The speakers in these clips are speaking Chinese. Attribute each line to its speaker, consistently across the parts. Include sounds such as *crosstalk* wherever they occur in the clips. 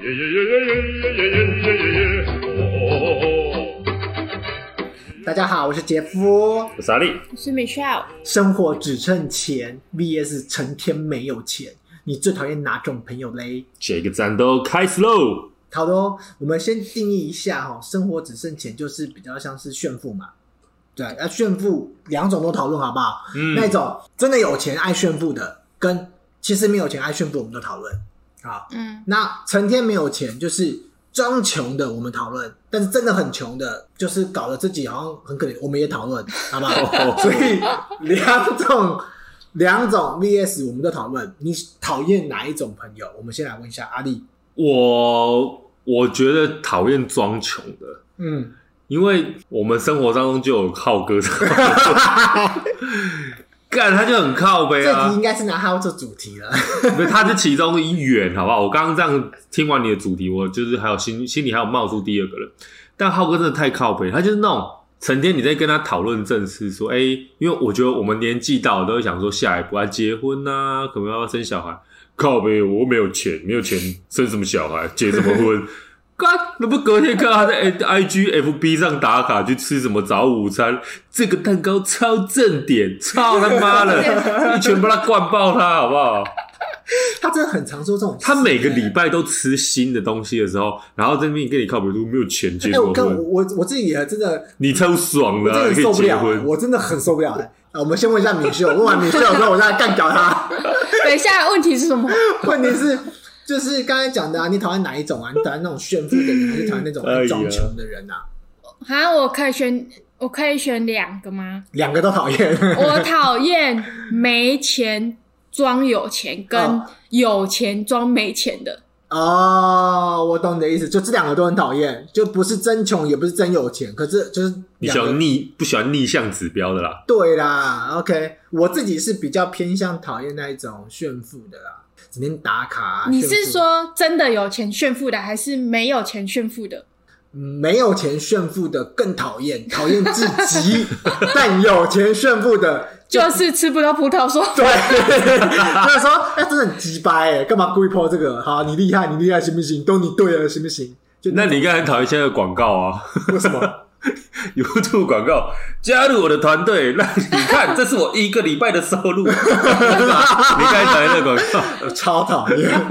Speaker 1: 耶耶耶耶耶耶耶耶耶耶！哦，
Speaker 2: 大家好，我是杰夫。
Speaker 1: 我是阿力，
Speaker 3: 我是 Michelle，
Speaker 2: 生活只剩钱，VS 成天没有钱，你最讨厌哪种朋友嘞？
Speaker 1: 这个战斗开始喽！
Speaker 2: 好的哦，我们先定义一下哈、哦，生活只剩钱就是比较像是炫富嘛。对，要炫富两种都讨论好不好？
Speaker 1: 嗯
Speaker 2: 那种真的有钱爱炫富的，跟其实没有钱爱炫富，我们都讨论。好，
Speaker 3: 嗯，
Speaker 2: 那成天没有钱就是装穷的，我们讨论；但是真的很穷的，就是搞得自己好像很可怜，我们也
Speaker 1: *laughs*
Speaker 2: 讨论，好不
Speaker 1: 哦
Speaker 2: 好？所以两种两种 VS 我们都讨论。你讨厌哪一种朋友？我们先来问一下阿丽。
Speaker 1: 我我觉得讨厌装穷的，
Speaker 2: 嗯，
Speaker 1: 因为我们生活当中就有靠哥这种人干他就很靠呗
Speaker 2: 这题
Speaker 1: 啊
Speaker 2: 应，该是拿它做主题了。 *laughs*
Speaker 1: *laughs* 不是他是其中一员，好不好？我刚刚这样听完你的主题，我就是还有心心里还有冒出第二个人，但浩哥真的太靠北，他就是那种成天你在跟他讨论正事，说哎、因为我觉得我们年纪到了都会想说下一步要结婚呐、可能要不要生小孩，靠北我没有钱，没有钱生什么小孩，结什么婚？干，那不隔天看他在 I G F B 上打卡去吃什么早午餐？这个蛋糕超正点，操他妈的，一拳把他灌爆他，好不好？
Speaker 2: 他真的很常说这种事。
Speaker 1: 他每个礼拜都吃新的东西的时候，然后这边跟你靠谱都没有钱结
Speaker 2: 哎、
Speaker 1: 什
Speaker 2: 我
Speaker 1: 么
Speaker 2: 跟我
Speaker 1: 婚，
Speaker 2: 我我自己也真的
Speaker 1: 你超爽
Speaker 2: 我
Speaker 1: 的、
Speaker 2: 真的
Speaker 1: 啊，
Speaker 2: 很
Speaker 1: 你可
Speaker 2: 受
Speaker 1: 以
Speaker 2: 不
Speaker 1: 结
Speaker 2: 了、
Speaker 1: 婚。
Speaker 2: 我真的很受不了、哎啊我们先问一下米秀，问完米秀之后，我再来干掉他。
Speaker 3: 等一下，问题是什么？
Speaker 2: *laughs* 问题是，就是刚才讲的啊，你讨厌哪一种啊？你讨厌那种炫富的人，还是讨厌那种
Speaker 1: 哎呀
Speaker 2: 装穷的人啊？
Speaker 3: 啊，我可以选，我可以选两个 *laughs* 吗？
Speaker 2: 两个都讨厌。
Speaker 3: *laughs* 我讨厌没钱装有钱，跟
Speaker 2: 哦
Speaker 3: 有钱装没钱的。
Speaker 2: 哦，我懂你的意思，就这两个都很讨厌，就不是真穷，也不是真有钱，可是就是
Speaker 1: 你
Speaker 2: 两
Speaker 1: 喜
Speaker 2: 个
Speaker 1: 欢逆不喜欢逆向指标的啦？ *laughs*
Speaker 2: 对啦，OK，我自己是比较偏向讨厌那一种炫富的啦，整天打卡、啊。
Speaker 3: 你
Speaker 2: 炫
Speaker 3: 是
Speaker 2: 富
Speaker 3: 说真的有钱炫富的，还是没有钱炫富的？
Speaker 2: 嗯没有钱炫富的更讨厌，讨厌至极； *laughs* 但有钱炫富的
Speaker 3: 就是啊吃不到葡萄说。
Speaker 2: 对， *laughs* 就是说，那真的很鸡掰哎，干嘛故意抛这个？好，你厉害，你厉害，行不行？都你对了，行不行？就
Speaker 1: 那你应该很讨厌现在的广告啊 *laughs*
Speaker 2: 为什么？ *laughs*
Speaker 1: ，YouTube 广告，加入我的团队，让你看，这是我一个礼拜的收入。你应 *laughs* 该讨厌那个广告，
Speaker 2: 超讨厌。 *laughs*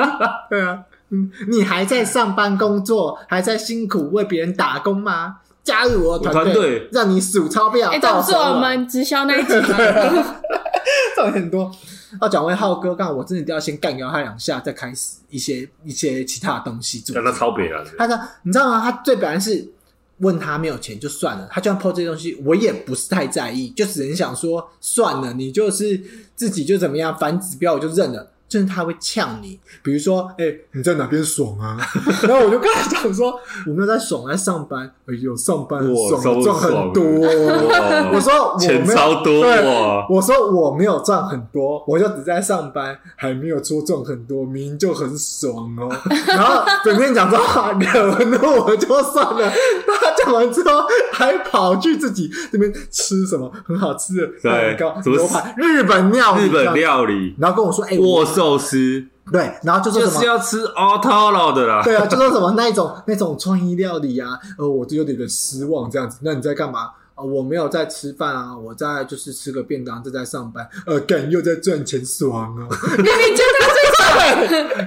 Speaker 2: 对啊，嗯，你还在上班工作，还在辛苦为别人打工吗？加入我的
Speaker 1: 我
Speaker 2: 团
Speaker 1: 团队
Speaker 2: 让你数钞票
Speaker 3: 哎，这
Speaker 2: 到
Speaker 3: 不是
Speaker 2: 手
Speaker 3: 我
Speaker 2: 了。
Speaker 3: 们直销那一集 *laughs* 吗？
Speaker 2: *laughs* 这种很多。要讲回浩哥，刚好我真的一定要先干掉他两下，再开始一些一些其他的东西做。
Speaker 1: 让他超北啊！
Speaker 2: 他说：“你知道吗？他最表现是问他没有钱就算了，他就算破这些东西，我也不是太在意，就只能想说算了，你就是自己就怎么样，反指标我就认了。”就是他会呛你，比如说：“哎、你在哪边爽啊？” *laughs* 然后我就跟他讲说：“我没有在爽，我在上班。哎呦，上班很
Speaker 1: 哇
Speaker 2: 爽，
Speaker 1: 超
Speaker 2: 赚很
Speaker 1: 爽
Speaker 2: 多。”哦
Speaker 1: *laughs* 哇
Speaker 2: 我说：“我
Speaker 1: 钱
Speaker 2: 没有
Speaker 1: 超多
Speaker 2: 对
Speaker 1: 哇！
Speaker 2: 我说我没有赚很多，我就只在上班，还没有说赚很多，明明就很爽哦。 *laughs* 然后整天讲说啊惹怒我就算了， *laughs* 他讲完之后还跑去自己那边吃什么很好吃的蛋
Speaker 1: 对
Speaker 2: 糕、
Speaker 1: 什么
Speaker 2: 牛排、日本料理、
Speaker 1: 日本，料理
Speaker 2: 然后跟我说哎、
Speaker 1: 握
Speaker 2: 我
Speaker 1: 寿司
Speaker 2: 对，然后就
Speaker 1: 就
Speaker 2: 说什么
Speaker 1: 是。要吃 o t o r o 的啦。
Speaker 2: *laughs* 对啊，就说什么那一种那种创意料理啊，呃，我就有点点失望这样子。那你在干嘛？啊、我没有在吃饭啊，我在就是吃个便当，正在上班。呃，干又在赚钱，爽啊！ *laughs*
Speaker 3: 明明就他最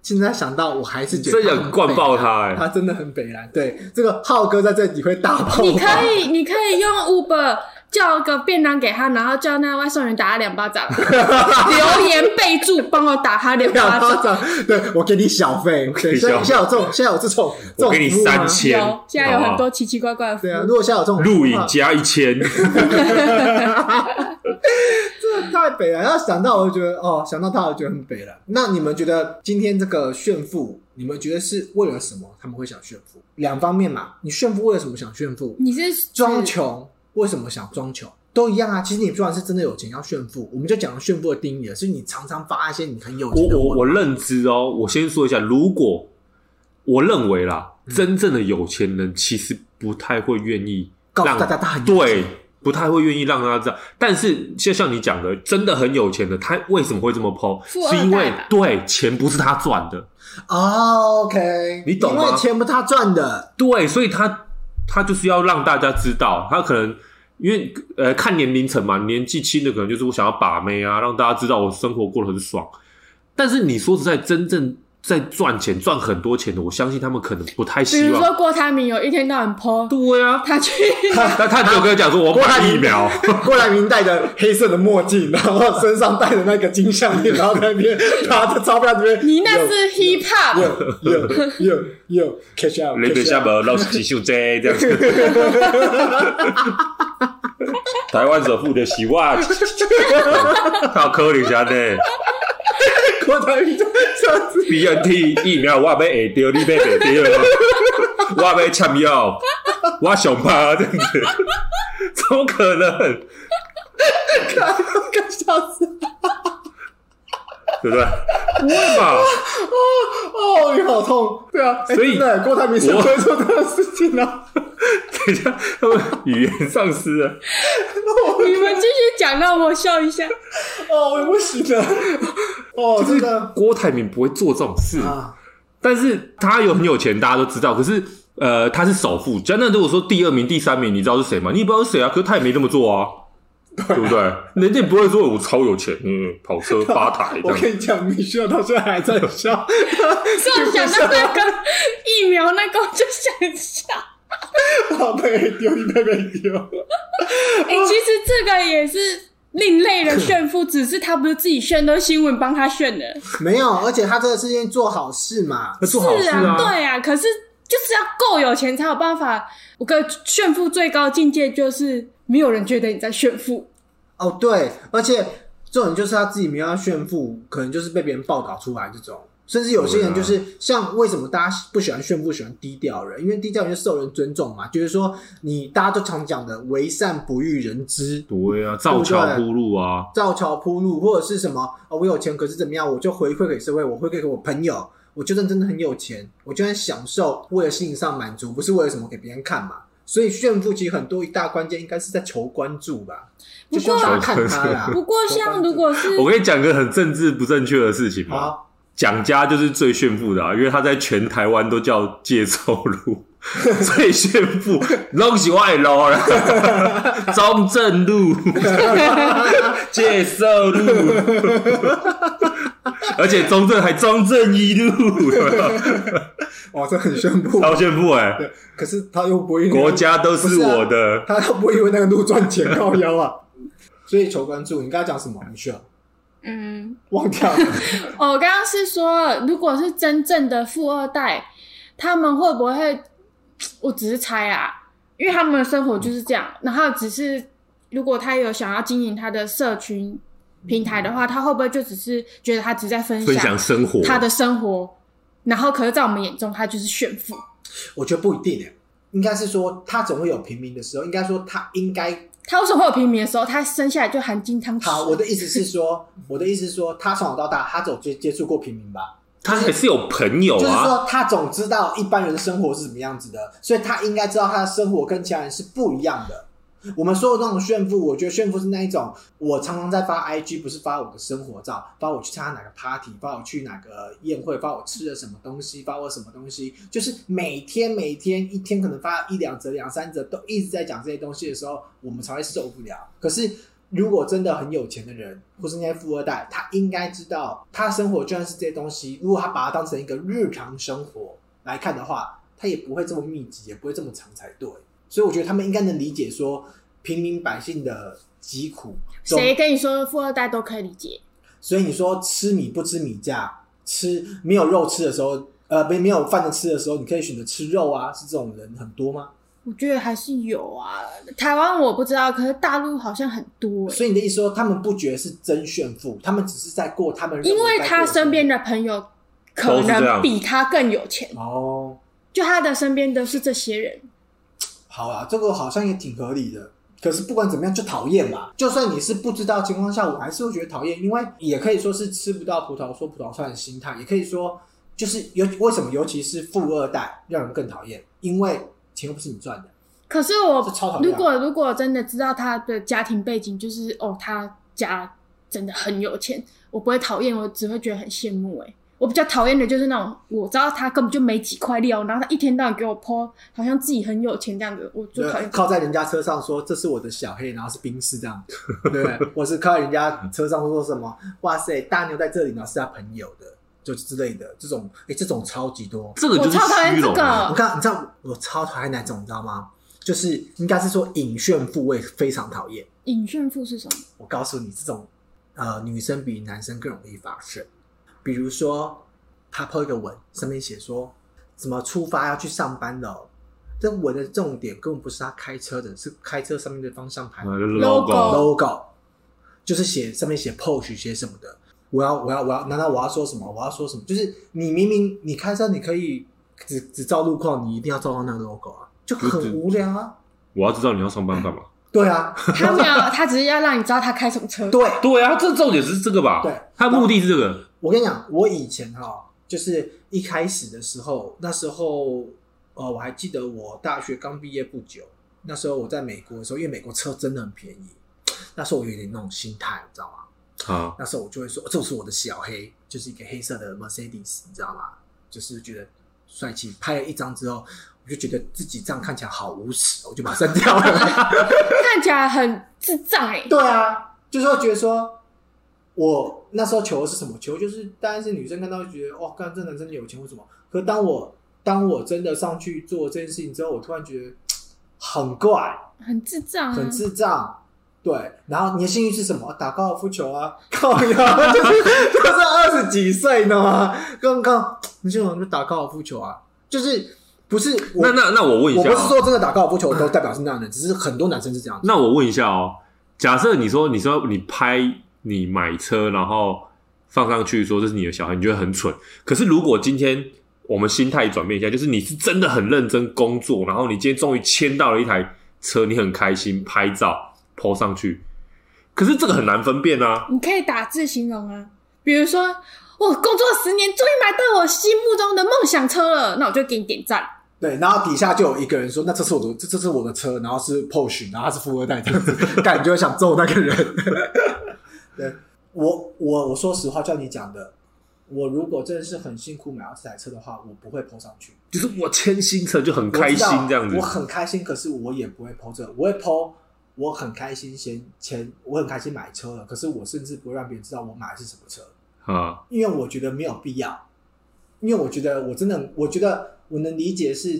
Speaker 2: 现在想到，我还是觉得
Speaker 1: 这想灌爆他哎、
Speaker 2: 他很北蓝，他真的很北蓝。对，这个浩哥在这里会大爆发。
Speaker 3: 你可
Speaker 2: *laughs*
Speaker 3: 以，你可以用 Uber 叫个便当给他，然后叫那外送员打他两巴
Speaker 2: *laughs*
Speaker 3: 掌，留言备注帮我打他两巴
Speaker 2: 两巴
Speaker 3: 掌。
Speaker 2: 掌，对我给你小费，
Speaker 1: 给
Speaker 2: 对，
Speaker 1: 你
Speaker 2: 所以
Speaker 1: 小费
Speaker 2: 现在有这种，现在有这种，这
Speaker 1: 我
Speaker 2: 种嗯
Speaker 1: 给你
Speaker 2: 服务吗
Speaker 1: 三千
Speaker 3: 有，现在有
Speaker 1: 好
Speaker 3: 很
Speaker 1: 不好
Speaker 3: 多奇奇怪怪的服
Speaker 2: 对啊，
Speaker 3: 务。
Speaker 2: 如果现在有这种服务
Speaker 1: 录
Speaker 2: 的
Speaker 1: 影
Speaker 2: 话
Speaker 1: 加一
Speaker 2: *laughs*
Speaker 1: 千，
Speaker 2: 这太北了。要想到我就觉得哦，想到他我就觉得很北了。那你们觉得今天这个炫富，你们觉得是为了什么他们会想炫富？两方面嘛，你炫富为了什么想炫富？
Speaker 3: 你是
Speaker 2: 装穷为什么想装穷？都一样啊，其实你不管是真的有钱要炫富，我们就讲炫富的定义了，是你常常发一些你很有
Speaker 1: 我
Speaker 2: 钱的
Speaker 1: 我
Speaker 2: 文
Speaker 1: 我认知哦，我先说一下，如果我认为
Speaker 2: 嗯
Speaker 1: 啦，真正的有钱人其实不太会愿意
Speaker 2: 告诉
Speaker 1: 让
Speaker 2: 大家他很有
Speaker 1: 对
Speaker 2: 钱，
Speaker 1: 不太会愿意让他知道。但是就像你讲的，真的很有钱的，他为什么会这么抛？
Speaker 3: 富二代啊
Speaker 1: 是因为
Speaker 3: 吧
Speaker 1: 对钱不是他赚的，
Speaker 2: 哦，OK，
Speaker 1: 你懂吗
Speaker 2: 因为钱不他赚 *laughs* 的，
Speaker 1: 对，所以他他就是要让大家知道，他可能因为呃看年龄层嘛，年纪轻的可能就是我想要把妹啊，让大家知道我生活过得很爽。但是你说实在，真正在赚钱赚很多钱的，我相信他们可能不太
Speaker 3: 比
Speaker 1: 希
Speaker 3: 如
Speaker 1: 望。
Speaker 3: 说郭台铭有一天到晚 PO，
Speaker 1: 对啊，
Speaker 2: *laughs*
Speaker 3: 他去
Speaker 1: 但他只有跟我讲说，我买疫苗。
Speaker 2: 郭台铭戴着黑色的墨镜，然后身上戴着那个金项 *laughs* 链，然后在那边拿着钞票这边，
Speaker 3: 你那是 hip hop，
Speaker 2: *laughs* 又又又 cash out，
Speaker 1: 雷
Speaker 2: cash
Speaker 1: 北下
Speaker 2: out
Speaker 1: 巴老是几秀 J 这样 *laughs* 子。台湾首富的喜袜， *laughs* 好可怜下呢。
Speaker 2: 郭台铭就这样子，
Speaker 1: BNT 疫苗我要会丢，你被被丢，我要签药，我想怕这样子，怎么可能？
Speaker 2: 看我看笑死，
Speaker 1: 对不对？不会吧？
Speaker 2: 哦，你好痛，对啊，哎
Speaker 1: 所以
Speaker 2: 真的郭台铭是
Speaker 1: 我
Speaker 2: 不会做这种事情啊，
Speaker 1: 等一下，他们语言丧失了。
Speaker 3: 你们继续讲，让我笑一下。
Speaker 2: 哦，我不行了，哦，
Speaker 1: 就
Speaker 2: 真
Speaker 1: 是
Speaker 2: 的
Speaker 1: 郭台铭不会做这种事
Speaker 2: 啊，
Speaker 1: 但是他有很有钱，大家都知道。可是呃，他是首富。真的，如果说第二名、第三名，你知道是谁吗？你也不知道是谁啊。可是他也没这么做啊，对不对？人家也不会说我超有钱，嗯，跑
Speaker 2: *laughs*
Speaker 1: 车八台这
Speaker 2: 我
Speaker 1: 样子。
Speaker 2: 跟你讲，米秀他现在还在笑，
Speaker 3: 就想到那个疫苗那个，我就
Speaker 2: *laughs*
Speaker 3: 想笑。
Speaker 2: 他被丢，你被被丢。
Speaker 3: 哎、其实这个也是另类的炫富，只是他不是自己炫，都是新闻帮他炫的。
Speaker 2: 没有，而且他这个事情做好事嘛，
Speaker 1: 那做好事
Speaker 3: 是对啊，可是就是要够有钱才有办法。我跟炫富最高境界就是没有人觉得你在炫富。
Speaker 2: 哦对，而且这种就是他自己没有要炫富，可能就是被别人报道出来这种，甚至有些人就是、像为什么大家不喜欢炫富，喜欢低调人，因为低调人就受人尊重嘛，就是说你大家都常讲的为善不欲人知。
Speaker 1: 对啊，造桥铺路啊，
Speaker 2: 造桥铺路，或者是什么？哦，我有钱，可是怎么样？我就回馈给社会，我回馈给我朋友，我就算真的很有钱，我就算享受，为了心灵上满足，不是为了什么给别人看嘛。所以炫富其实很多一大关键应该是在求关注吧，
Speaker 3: 不
Speaker 2: 就希望
Speaker 3: 过
Speaker 2: 大家看他啦。
Speaker 3: 不过像如果是
Speaker 1: 我跟你讲个很政治不正确的事情嘛。
Speaker 2: 好，
Speaker 1: 蒋家就是最炫富的啊，因为他在全台湾都叫借收路，最炫富，拢是外路啦，中正路、借收路，而且中正还中正一路，有没有
Speaker 2: 哇，这很炫富。
Speaker 1: 超炫富哎、
Speaker 2: 对，可是他又不会
Speaker 1: 国，家都是我的，
Speaker 2: 他又不会因为那个路赚钱靠腰啊。 *laughs* 所以求关注，你刚才讲什么？你需要
Speaker 3: 嗯，
Speaker 2: 忘掉了？
Speaker 3: 哦，我刚刚是说，如果是真正的富二代，他们会不会？我只是猜啊，因为他们的生活就是这样。然后只是，如果他有想要经营他的社群平台的话，他会不会就只是觉得他只在分
Speaker 1: 分
Speaker 3: 享
Speaker 1: 享生活，
Speaker 3: 啊他的生活？然后，可是，在我们眼中，他就是炫富。
Speaker 2: *laughs* 我觉得不一定诶，应该是说他总会有平民的时候，应该说他应该
Speaker 3: 他为什么会有平民的时候？他生下来就含金汤匙。
Speaker 2: 好，我的意思是说， *laughs* 我的意思是说，他从小到大，他总接接触过平民吧，
Speaker 1: 他还是有朋友
Speaker 2: 就是
Speaker 1: 啊，
Speaker 2: 说，他总知道一般人的生活是什么样子的，所以他应该知道他的生活跟其他人是不一样的。我们说的那种炫富，我觉得炫富是那一种，我常常在发 IG，不是发我的生活照，发我去参加哪个 party，发我去哪个宴会，发我吃了什么东西，发我什么东西，就是每天每天一天可能发一两则、两三则，都一直在讲这些东西的时候，我们才会受不了。可是如果真的很有钱的人，或是那些富二代，他应该知道，他生活就算是这些东西，如果他把它当成一个日常生活来看的话，他也不会这么密集，也不会这么长才对。所以我觉得他们应该能理解说，平民百姓的疾苦。总
Speaker 3: 谁跟你说富二代都可以理解？
Speaker 2: 所以你说吃米不吃米价，吃没有肉吃的时候，呃，没没有饭的吃的时候，你可以选择吃肉啊，是这种人很多吗？
Speaker 3: 我觉得还是有啊。台湾我不知道，可是大陆好像很多、欸。
Speaker 2: 所以你的意思说，他们不觉得是真炫富，他们只是在过他们认
Speaker 3: 因为
Speaker 2: 该
Speaker 3: 他
Speaker 2: 过的
Speaker 3: 身边
Speaker 2: 生
Speaker 3: 的朋友可能比他更有钱，
Speaker 2: 活哦。
Speaker 3: 就他的身边都是这些人。
Speaker 2: 好啦，这个好像也挺合理的。可是不管怎么样，就讨厌吧。就算你是不知道情况下，我还是会觉得讨厌，因为也可以说是吃不到葡萄说葡萄酸的心态，也可以说就是尤为什么，尤其是富二代让人更讨厌，因为钱又不是你赚的，
Speaker 3: 可是我
Speaker 2: 是哦超讨厌啊
Speaker 3: 如果如果真的知道他的家庭背景，就是哦，他家真的很有钱，我不会讨厌，我只会觉得很羡慕、欸。我比较讨厌的就是那种我知道他根本就没几块料，然后他一天到晚给我 po 好像自己很有钱这样子，我就讨厌。
Speaker 2: 靠在人家车上说这是我的小黑，然后是冰室这样，对 *laughs* 不对？我是靠在人家车上说什么，哇塞，大牛在这里，然后是他朋友的，就之类的这种，哎，这种超级多。
Speaker 1: 这个就
Speaker 3: 我
Speaker 1: 是
Speaker 3: 超讨厌
Speaker 1: 虚
Speaker 3: 这
Speaker 1: 荣啊。
Speaker 2: 我
Speaker 3: 个，
Speaker 2: 看，你知道我超讨厌哪种，你知道吗？就是应该是说隐炫富，我也非常讨厌。
Speaker 3: 尹炫富是什么？
Speaker 2: 我告诉你，这种呃女生比男生更容易发生。比如说，他 po 一个文，上面写说什么出发要去上班了哦，这文的重点根本不是他开车的，是开车上面的方向盘
Speaker 1: 呃
Speaker 3: logo
Speaker 1: logo
Speaker 2: logo，就是写上面写 Porsche 写什么的。我要我要我要，难道我要说什么？我要说什么？就是你明明你开车你可以只只照路况，你一定要照到那个 logo 啊，就
Speaker 1: 就只
Speaker 2: 很无聊啊。
Speaker 1: 我要知道你要上班干嘛？
Speaker 2: 对啊， *laughs*
Speaker 3: 他没有，他只是要让你知道他开什么车。
Speaker 2: 对，
Speaker 1: *laughs* 对啊，这重点是这个吧？
Speaker 2: 对
Speaker 1: 他目的是这个。
Speaker 2: 我跟你讲，我以前哈、就是一开始的时候，那时候呃，我还记得我大学刚毕业不久，那时候我在美国的时候，因为美国车真的很便宜，那时候我有点那种心态，你知道吗？
Speaker 1: 好，
Speaker 2: 那时候我就会说，哦这是我的小黑，就是一个黑色的 Mercedes，你知道吗？就是觉得帅气，拍了一张之后，我就觉得自己这样看起来好无耻哦，我就把它删掉了。
Speaker 3: 看起来很智障哎、
Speaker 2: 对啊，就是会觉得说，我那时候求的是什么？求就是当然是女生看到会觉得，哇，干这男生有钱为什么？可当我当我真的上去做这件事情之后，我突然觉得很怪，
Speaker 3: 很智障、啊，
Speaker 2: 很智障。对，然后你的兴趣是什么？打高尔夫球啊， *laughs* 靠呀，就是就是二十几岁呢嘛，刚刚你这种就打高尔夫球啊，就是不是我
Speaker 1: 那那那我问一
Speaker 2: 我
Speaker 1: 下
Speaker 2: 不是
Speaker 1: 哦，
Speaker 2: 说真的打高尔夫球都代表是那样的，只是很多男生是这样子。
Speaker 1: 那我问一下哦，假设你说你说你拍你买车，然后放上去说这是你的小孩，你觉得很蠢。可是如果今天我们心态转变一下，就是你是真的很认真工作，然后你今天终于签到了一台车，你很开心，拍照 po 上去。可是这个很难分辨啊，
Speaker 3: 你可以打字形容啊，比如说我工作十年，终于买到我心目中的梦想车了，那我就给你点赞。
Speaker 2: 对，然后底下就有一个人说：“那这是我的，这这是我的车，然后是 Porsche，然后他是富二代，这样子， *laughs* 感觉想揍那个人。 *laughs* 对”我我我说实话，就像你讲的，我如果真的是很辛苦买到这台车的话，我不会 PO 上去，
Speaker 1: 就是我签新车就很
Speaker 2: 我知道
Speaker 1: 开心这样子
Speaker 2: 我。很开心，可是我也不会 PO 这个，我会 PO 我很开心先钱，我很开心买车了，可是我甚至不会让别人知道我买的是什么车。
Speaker 1: 啊，
Speaker 2: 因为我觉得没有必要，因为我觉得我真的，我觉得我能理解是，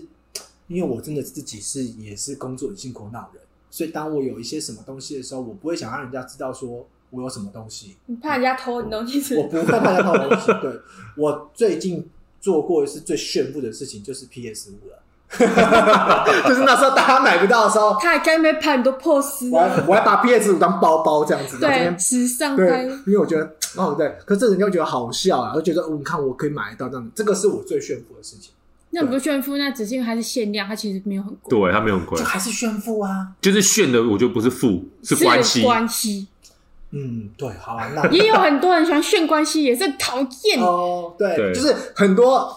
Speaker 2: 因为我真的自己是也是工作很辛苦的那种人，所以当我有一些什么东西的时候，我不会想让人家知道说我有什么东西，
Speaker 3: 你怕人家偷你东西
Speaker 2: *laughs*
Speaker 3: 是
Speaker 2: 我不会怕人家偷东西。对我最近做过一次最炫富的事情就是 PS 五了， *laughs* 就是那时候大家买不到的时候，
Speaker 3: 他还在那边拍很多 pose，
Speaker 2: 我还我还把 PS 五当包包这样子，然后这边
Speaker 3: 对，时尚
Speaker 2: 对
Speaker 3: 拍，
Speaker 2: 因为我觉得哦对，可是这人就觉得好笑啊，就觉得哦你看我可以买得到这样子，这个是我最炫富的事情，
Speaker 3: 那不是炫富，那只是因为它是限量，它其实没有很贵，
Speaker 1: 对他没有很乖
Speaker 2: 这，还是炫富啊。
Speaker 1: 就是炫的，我觉得不是富，是
Speaker 3: 是
Speaker 1: 关系。
Speaker 3: 关系，
Speaker 2: 嗯，对，好、啊，那
Speaker 3: *laughs* 也有很多人喜欢炫关系，也是很讨厌。
Speaker 2: 哦，对，
Speaker 1: 对
Speaker 2: 就是很多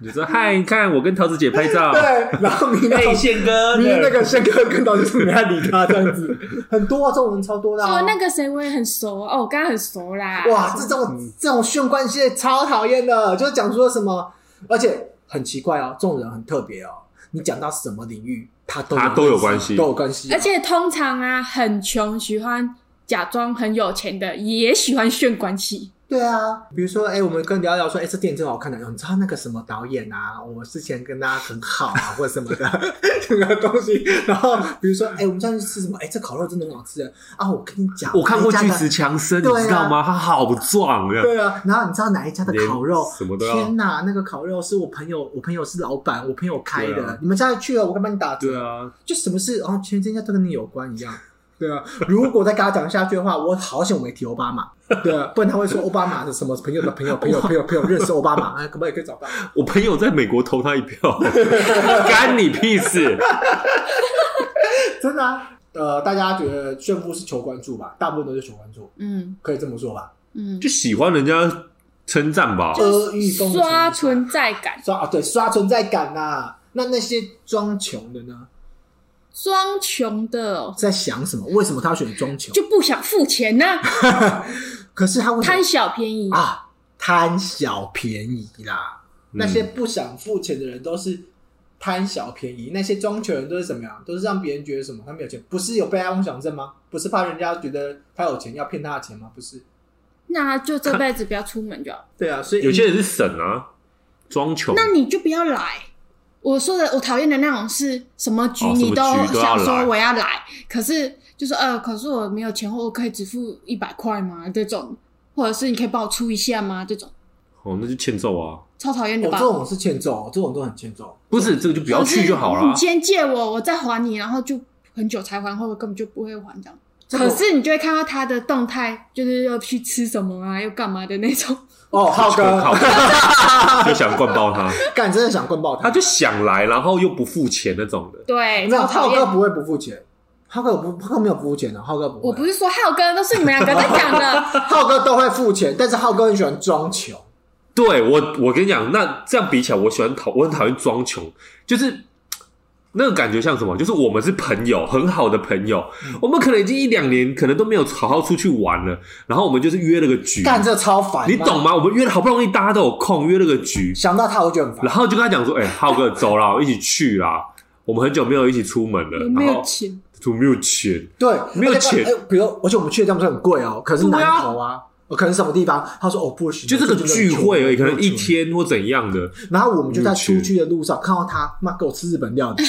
Speaker 1: 你说嗨，你看我跟桃子姐拍照， *laughs*
Speaker 2: 对，然后你那个
Speaker 1: 宪哥
Speaker 2: 你那个先哥跟到就是没在理他这样子，很多啊，这种人超多的、啊。
Speaker 3: 哦，那个谁我也很熟哦，我跟他很熟啦。
Speaker 2: 哇，这
Speaker 3: 嗯
Speaker 2: 种这种炫关系超讨厌的，就是讲说什么，而且很奇怪哦，这种人很特别哦，你讲到什么领域，他都
Speaker 1: 他都有关系
Speaker 2: 都有关系哦，
Speaker 3: 而且通常啊，很穷喜欢假装很有钱的，也喜欢炫关系。
Speaker 2: 对啊，比如说，哎、我们跟聊聊说，哎、这电影真好看的，你知道那个什么导演啊，我之前跟他很好
Speaker 1: *laughs*
Speaker 2: 啊，或者什么的这个东西。然后比如说，哎、我们上次吃什么？哎、这烤肉真的很好吃啊！我跟你讲，
Speaker 1: 我看过
Speaker 2: 哪一
Speaker 1: 巨
Speaker 2: 家的
Speaker 1: 石强森，你
Speaker 2: 对啊
Speaker 1: 知道吗？他好壮呀！
Speaker 2: 对啊，然后你知道哪一家的烤肉
Speaker 1: 连？什么都要
Speaker 2: 天哪，那个烤肉是我朋友，我朋友是老板，我朋友开
Speaker 1: 对
Speaker 2: 的。
Speaker 1: 啊
Speaker 2: 你们家里去了，我可以帮你打折。
Speaker 1: 对啊，
Speaker 2: 就什么事，然后全天下都跟你有关一样。对啊，如果再跟他讲下去的话，我好险我没提奥巴马，对啊，不然他会说奥巴马的什么朋友的朋友朋友朋友朋友认识奥巴马，哎，可不可以可以找到？
Speaker 1: 我朋友在美国投他一票， *laughs* 干你屁事！
Speaker 2: 真的、啊，呃，大家觉得炫富是求关注吧？大部分都是求关注，
Speaker 3: 嗯
Speaker 2: 可以这么说吧？
Speaker 3: 嗯，
Speaker 1: 就喜欢人家称赞吧，
Speaker 2: 阿谀奉承
Speaker 3: 刷存在感，
Speaker 2: 刷啊，对，刷存在感呐、那那些装穷的呢？
Speaker 3: 装穷的哦，
Speaker 2: 在想什么？为什么他要选装穷？
Speaker 3: 就不想付钱呐、
Speaker 2: 可是他为什
Speaker 3: 贪
Speaker 2: 么
Speaker 3: 小便宜。
Speaker 2: 啊？贪小便宜啦！那些不想付钱的人都是贪小便宜，那些装穷人都是怎么样？都是让别人觉得什么？他没有钱，不是有被害妄想症吗？不是怕人家觉得他有钱要骗他的钱吗？不是。
Speaker 3: 那他就这辈子不要出门就好，
Speaker 2: 对啊，所以
Speaker 1: 有些人是省啊，装穷。
Speaker 3: 那你就不要来。我说的，我讨厌的那种是什么局，
Speaker 1: 哦什么
Speaker 3: 你都
Speaker 1: 局都要
Speaker 3: 想说
Speaker 1: 来
Speaker 3: 我要来，可是就是呃，可是我没有钱，或我可以只付一百块吗？这种，或者是你可以帮我出一下吗？这种
Speaker 1: 哦，那就欠揍啊！
Speaker 3: 超讨厌
Speaker 2: 我、
Speaker 3: 的
Speaker 2: 哦、
Speaker 3: 吧
Speaker 2: 这？种是欠揍，这种都很欠揍。
Speaker 1: 不是这个就不要去就好
Speaker 3: 或是
Speaker 1: 了
Speaker 3: 你。先借我，我再还你，然后就很久才还，或者根本就不会还这样。
Speaker 2: 这种
Speaker 3: 可是你就会看到他的动态，就是要去吃什么啊，又干嘛的那种。 *laughs*
Speaker 2: 哦，浩 *laughs*
Speaker 1: 靠
Speaker 2: 哥，
Speaker 1: 就想灌爆他，
Speaker 2: 干真的想棍爆
Speaker 1: 他
Speaker 2: 他，
Speaker 1: 就想来，然后又不付钱那种的。
Speaker 3: 对，
Speaker 2: 没有
Speaker 3: 超讨
Speaker 2: 浩哥
Speaker 3: 厌。
Speaker 2: 不会不付钱，浩哥不浩哥没有不付钱的，浩哥不会，
Speaker 3: 我不是说浩哥，都是你们两个在讲的。
Speaker 2: 浩哥都会付钱，但是浩哥很喜欢装穷。
Speaker 1: 对我，我跟你讲，那这样比起来，我喜欢讨，我很讨厌装穷，就是那个感觉像什么？就是我们是朋友，很好的朋友，
Speaker 2: 嗯
Speaker 1: 我们可能已经一两年，可能都没有好好出去玩了，然后我们就是约了个局，
Speaker 2: 干这超烦，
Speaker 1: 你懂？吗？我们约了好不容易大家都有空，约了个局，
Speaker 2: 想到他我就很烦
Speaker 1: 然。后就跟他讲说：“哎、浩哥，走啦，我一起去啦，我们很久没有一起出门了，
Speaker 3: 我没
Speaker 1: 然
Speaker 3: 有
Speaker 1: 后
Speaker 3: 钱，
Speaker 1: 就没有钱。”
Speaker 2: 对，
Speaker 1: 没有
Speaker 2: 而且
Speaker 1: 钱
Speaker 2: 哎比如，而且我们去的地方是很贵哦，可能是
Speaker 1: 对啊
Speaker 2: 南投啊，可能是什么地方？他说哦，不行，
Speaker 1: 就这个
Speaker 2: 这
Speaker 1: 聚会而已，可能一。
Speaker 2: 这个很穷
Speaker 1: 天或怎样的，
Speaker 2: 然后我们就在出去的路上看到他，妈给我吃日本料理，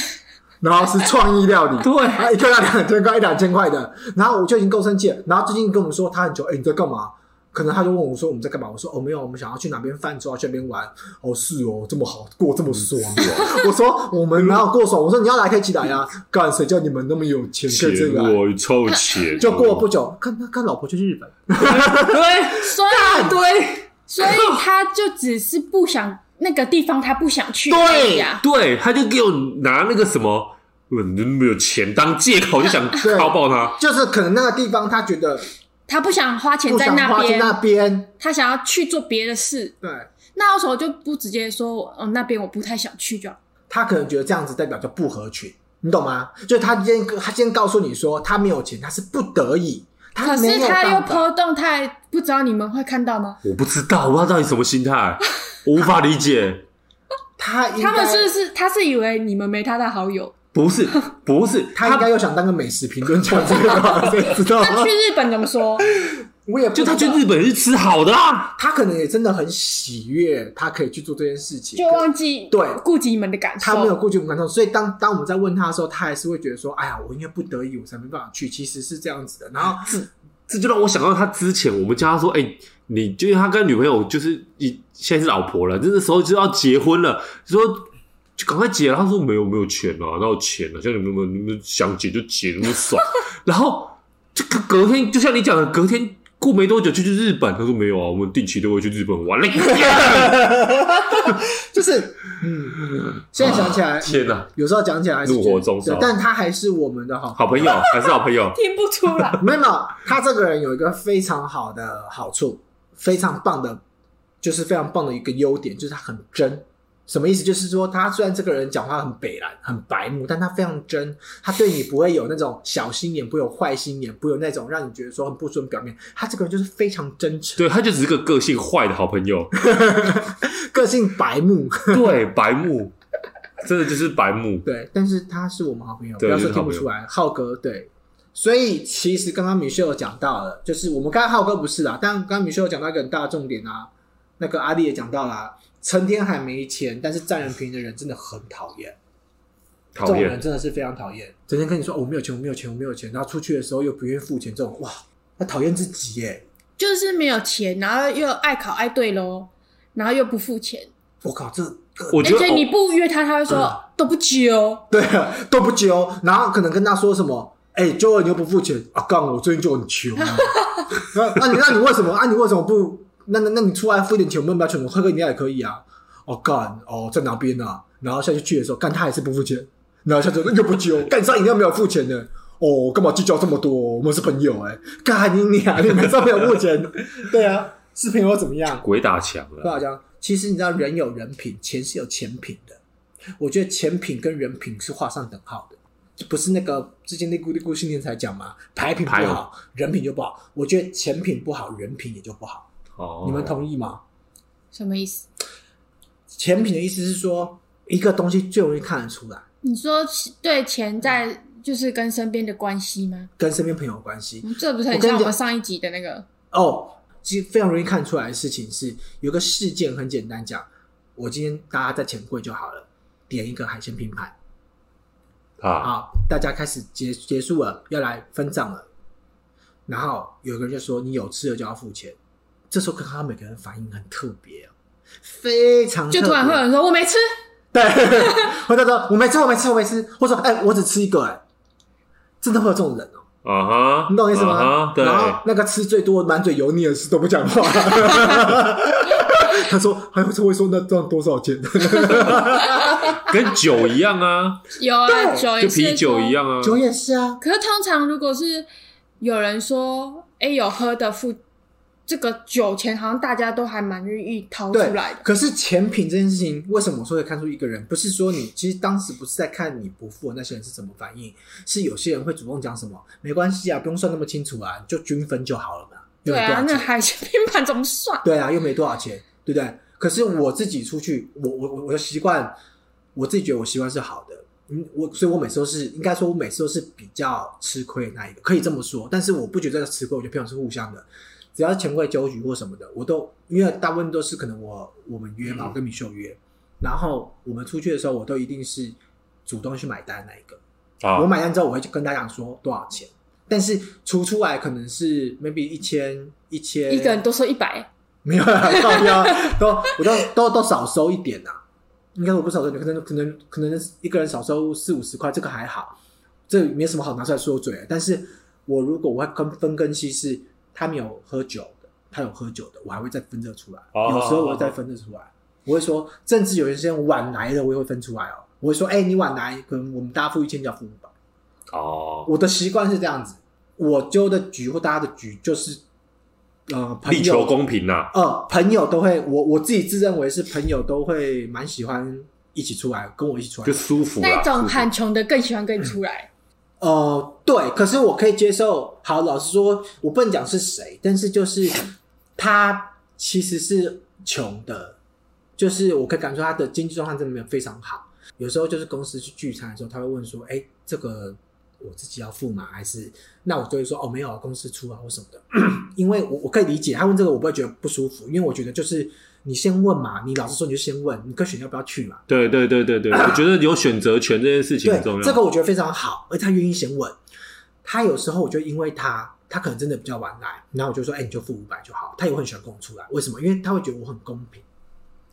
Speaker 2: 然后是创意料
Speaker 3: *laughs*
Speaker 2: 理，
Speaker 1: 对
Speaker 2: 啊，一个要两千块，一两千块的。然后我就已经够生气了。然后最近跟我们说他很穷，哎，你在干嘛？可能他就问我说我们在干嘛？我说哦没有，我们想要去哪边泛舟，要去那边玩。哦是哦，这么好过这么爽。
Speaker 3: 嗯哦
Speaker 2: *laughs* 我说我们哪有过爽？我说你要来可以一起来呀、啊，干谁叫你们那么有钱可以这个、啊
Speaker 1: 钱我臭钱，
Speaker 2: *laughs*
Speaker 1: 哦
Speaker 2: 就
Speaker 3: 嗯
Speaker 2: 过不久，看他看老婆去日本，
Speaker 1: 对，
Speaker 3: 所以对，所以他就只是不想那个地方，他不想去而已啊。
Speaker 1: 对，他就给我拿那个什么，我没有钱当借口，就想
Speaker 2: *laughs* 对
Speaker 1: 敲爆他。
Speaker 2: 就是可能那个地方他觉得
Speaker 3: 他不想花钱
Speaker 2: 不
Speaker 3: 在
Speaker 2: 想
Speaker 3: 那
Speaker 2: 花去
Speaker 3: 边，
Speaker 2: 那边，
Speaker 3: 他想要去做别的事。
Speaker 2: 对
Speaker 3: 那时候就不直接说，嗯，那边我不太想去就好。
Speaker 2: 他可能觉得这样子代表叫不合群，你懂吗？就是他今天他今天告诉你说他没有钱，他是不得已，
Speaker 3: 可
Speaker 2: 没
Speaker 3: 是
Speaker 2: 有
Speaker 3: 他又
Speaker 2: 办法。
Speaker 3: 抛动态，不知道你们会看到吗？
Speaker 1: 我不知道，我不知道到底什么心
Speaker 2: *laughs*
Speaker 1: 态，我无法理解。
Speaker 2: 他应该
Speaker 3: 他们是不是他是以为你们没他的好
Speaker 2: *laughs*
Speaker 3: 友？
Speaker 1: 不是，不是，
Speaker 2: 他应该又想当个美食评论家这个吧，谁
Speaker 3: *laughs*
Speaker 2: 知道
Speaker 3: 那
Speaker 2: 吗
Speaker 3: 去？日本怎么说？
Speaker 2: 我也不
Speaker 1: 就他
Speaker 2: 知
Speaker 1: 去
Speaker 2: 道
Speaker 1: 日本是吃好的啊，
Speaker 2: 他可能也真的很喜悦，他可以去做这件事情，
Speaker 3: 就
Speaker 2: 可
Speaker 3: 忘记
Speaker 2: 对
Speaker 3: 顾及你们的感受。，
Speaker 2: 他没有顾及我们感受，所以当当我们在问他的时候，他还是会觉得说：“哎呀，我因为不得已，我才没办法去。”其实是这样子的。然后
Speaker 1: 这就让我想到他之前我们叫他说，哎、你就是他跟女朋友就是一现在是老婆了，这个时候就要结婚了，说就赶快结了。他说没有没有钱啊，哪有钱啊？像你们你们你们想结就结，那么爽。然后这个隔天就像你讲的，隔天过没多久就去日本。他说没有啊，我们定期都会去日本玩嘞。
Speaker 2: 就是，嗯，现在想起来，
Speaker 1: 天哪、
Speaker 2: 有时候讲起来还是觉得
Speaker 1: 怒火中烧
Speaker 2: 对但他还是我们的好。，
Speaker 1: 好朋友还是好朋友
Speaker 3: 听不出来
Speaker 2: *laughs* 没有，没有他这个人有一个非常好的好处，非常棒的，就是非常棒的一个优点，就是他很真。什么意思？就是说，他虽然这个人讲话很北蓝、很白目，但他非常真，他对你不会有那种小心眼，不会有坏心眼，不会有那种让你觉得说很不顺表面。他这个人就是非常真诚。
Speaker 1: 对他就只是个个性坏的好朋友，
Speaker 2: 个性白目，
Speaker 1: 对白目，真的就是白目。
Speaker 2: 对，但是他是我们好朋友，不
Speaker 1: 对
Speaker 2: 要说听不
Speaker 1: 就是好
Speaker 2: 出来，浩哥对。所以其实刚刚米秀有讲到了，就是我们刚刚浩哥不是啦，但刚刚米秀有讲到一个很大的重点啊，那个阿丽也讲到啦，成天海没钱，但是占人便宜的人真的很讨厌，这
Speaker 1: 讨
Speaker 2: 种人
Speaker 1: 厌，
Speaker 2: 真的是非常讨厌，整天跟你说、哦、我没有钱，我没有钱，我没有钱，然后出去的时候又不愿意付钱，这种哇，他讨厌自己耶，
Speaker 3: 就是没有钱，然后又爱考爱对喽，然后又不付钱，
Speaker 2: 我靠，这个
Speaker 1: 我
Speaker 3: 而
Speaker 1: 觉得哦
Speaker 3: 且
Speaker 1: 偶
Speaker 3: 哎你不约他，他会说对不起哦。
Speaker 2: 对啊，都不揪，然后可能跟他说什么，哎、周二你又不付钱啊，干我最近就很穷、啊，那那你那你为什么啊？你为什么不？那那那你出来付一点钱，我们要不要请我喝个饮料也可以啊？哦干哦在哪边啊？然后下去去的时候，干他还是不付钱，然后下去又不揪，干你上饮料没有付钱呢。哦，干嘛计较这么多？我们是朋友哎、干你娘！你们上没有付钱？ *laughs* 对啊，是朋友怎么样？
Speaker 1: 鬼打墙
Speaker 2: 不好
Speaker 1: 了。
Speaker 2: 讲。其实你知道，人有人品，钱是有钱品的。我觉得钱品跟人品是画上等号的。不是那个之前那咕哩咕新年才讲嘛，牌品
Speaker 1: 牌
Speaker 2: 不
Speaker 1: 哦
Speaker 2: 好，人品就不好。我觉得钱品不好，人品也就不好。
Speaker 1: 哦，
Speaker 2: 你们同意吗？
Speaker 3: 什么意思？
Speaker 2: 钱品的意思是说，一个东西最容易看得出来，
Speaker 3: 你说对钱在就是跟身边的关系吗？
Speaker 2: 跟身边朋友有关系。
Speaker 3: 嗯这不是
Speaker 2: 我
Speaker 3: 很
Speaker 2: 跟你
Speaker 3: 像我
Speaker 2: 讲
Speaker 3: 们上一集的那个？
Speaker 2: 哦，其实非常容易看出来的事情是，有个事件很简单讲，我今天大家在钱柜就好了，点一个海鲜拼盘，
Speaker 1: 啊，
Speaker 2: 好，大家开始结结束了，要来分账了。然后有个人就说：“你有吃的就要付钱。”这时候看到每个人反应很特别哦，非常
Speaker 3: 就突然会有
Speaker 2: 会
Speaker 3: 人说我没吃，
Speaker 2: *laughs* 对，或者说我没吃，我没吃，我没吃，或者说哎、我只吃一个、哎，真的会有这种人哦，
Speaker 1: 啊哈，
Speaker 2: 你懂我意思
Speaker 1: 啊
Speaker 2: 吗
Speaker 1: 哈？对，
Speaker 2: 然后那个吃最多、满嘴油腻的是都不讲
Speaker 3: *laughs*
Speaker 2: 话。他说：“还会会说那这样多少钱？ *laughs*
Speaker 3: *laughs*
Speaker 1: 跟酒一样啊，
Speaker 3: 有啊，
Speaker 2: 对
Speaker 3: 酒也
Speaker 1: 就是啤酒
Speaker 3: 说
Speaker 1: 一。样啊，
Speaker 2: 酒也是啊，
Speaker 3: 可是通常如果是有人说，哎、有喝的付这个酒钱，好像大家都还蛮愿意掏出
Speaker 2: 对，
Speaker 3: 来的。
Speaker 2: 可是钱品这件事情，为什么我说会看出一个人？不是说你其实当时不是在看你不付的那些人是怎么反应，是有些人会主动讲什么，没关系啊，不用算那么清楚啊，你就均分就好了嘛，又
Speaker 3: 对
Speaker 2: 没多
Speaker 3: 啊
Speaker 2: 少，
Speaker 3: 那
Speaker 2: 钱，
Speaker 3: 海 *laughs* 鲜拼盘怎么算？
Speaker 2: 对啊，又没多少钱，对不对？可是我自己出去，我我我我的习惯，我自己觉得我习惯是好的。嗯，我所以，我每次都是应该说，我每次都是比较吃亏的那一个，可以这么说。但是我不觉得这个吃亏，我觉得朋友是互相的。只要是钱柜纠局或什么的，我都因为大部分都是可能我我们约
Speaker 3: 嗯
Speaker 2: 嘛，我跟米秀约，然后我们出去的时候，我都一定是主动去买单那一个。
Speaker 1: 啊
Speaker 2: 我买单之后，我会跟大家讲说多少钱，但是除出来可能是 maybe 一千一千
Speaker 3: 一个人都说一百，
Speaker 2: 没有啦，靠标都我都都都少收一点呐、应该我不少收，可能可能可能一个人少收四五十块，这个还好，这没什么好拿出来说嘴的。但是我如果我会跟分跟析是，他们有喝酒的，他有喝酒的，我还会再分这出来。
Speaker 1: 哦
Speaker 2: 有时候我会再分这出来，我会说，甚至有一些人晚来的，我也会分出来哦。我会说，哎、你晚来，可能我们大家付一千，要付五百。
Speaker 1: 哦，
Speaker 2: 我的习惯是这样子，我揪的局或大家的局就是，呃，朋友
Speaker 1: 力求公平啊呐，
Speaker 2: 呃，朋友都会，我我自己自认为是朋友都会蛮喜欢一起出来，跟我一起出来
Speaker 1: 就。舒服啦
Speaker 3: 那
Speaker 1: 舒
Speaker 3: 种
Speaker 1: 服
Speaker 3: 很穷的更喜欢跟你出来。
Speaker 2: 呃，对，可是我可以接受。好，老实说，我不能讲是谁，但是就是他其实是穷的，就是我可以感受他的经济状况真的没有非常好。有时候就是公司去聚餐的时候，他会问说：“哎，这个我自己要付吗？还是……”那我就会说：“哦，没有，啊，公司出啊，或什么的。” *coughs* 因为我我可以理解他问这个，我不会觉得不舒服，因为我觉得就是你先问嘛，你老实说你就先问，你可以选要不要去嘛。
Speaker 1: 啊对对对对对，
Speaker 2: *coughs*
Speaker 1: 我觉得有选择权这件事情
Speaker 2: 对
Speaker 1: 很重，要。
Speaker 2: 这个我觉得非常好，而且他愿意先问。他有时候我就因为他，他可能真的比较晚来，然后我就说，哎、你就付五百就好。他也会很喜欢跟我出来，啊为什么？因为他会觉得我很公平。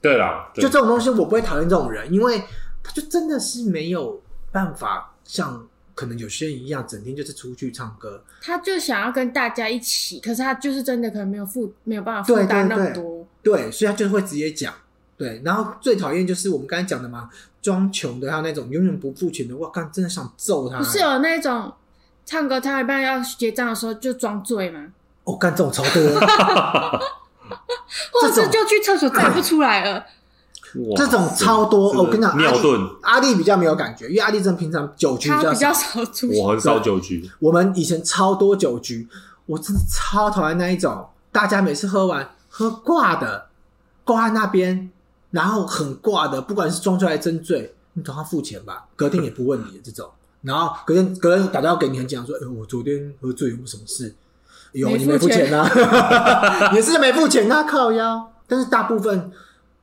Speaker 1: 对啦，
Speaker 2: 就
Speaker 1: 对
Speaker 2: 这种东西，我不会讨厌这种人，因为他就真的是没有办法像可能有些人一样，整天就是出去唱歌。
Speaker 3: 他就想要跟大家一起，可是他就是真的可能没有负，没有办法负担
Speaker 2: 对对
Speaker 3: 那么
Speaker 2: 对
Speaker 3: 多。
Speaker 2: 对，所以他就会直接讲。对，然后最讨厌就是我们刚才讲的嘛，装穷的，还有那种永远不付钱的，我看真的想揍他。
Speaker 3: 不是有那种唱歌唱到一半要结账的时候就装醉吗？
Speaker 2: 我哦干、这种超
Speaker 1: *laughs*
Speaker 2: 多的，
Speaker 1: 啊
Speaker 3: 或
Speaker 2: 这
Speaker 3: 者是
Speaker 2: 种
Speaker 3: 就去厕所再也不出来了？
Speaker 1: 哇
Speaker 2: 这种超多。
Speaker 1: 这
Speaker 2: 哦我跟
Speaker 1: *laughs*
Speaker 2: 你讲，
Speaker 1: 尿
Speaker 2: 阿力
Speaker 1: 遁
Speaker 2: 阿力比较没有感觉，因为阿力真的平常酒局比
Speaker 3: 他
Speaker 2: 较
Speaker 3: 比较
Speaker 2: 少。
Speaker 3: 少出去。
Speaker 1: 我很少酒局，
Speaker 2: 我们以前超多酒局，我真的超讨厌那一种，大家每次喝完喝挂的，挂在那边，然后很挂的，不管是装醉还是真醉，你总要付钱吧，隔天也不问你的这种。然后隔天隔天打电话给你，很讲说，哎、我昨天喝醉有没有什么事？有
Speaker 3: 没
Speaker 2: 你没
Speaker 3: 付
Speaker 2: 付钱呐、啊， *laughs* 也是没付钱啊，靠腰。但是大部分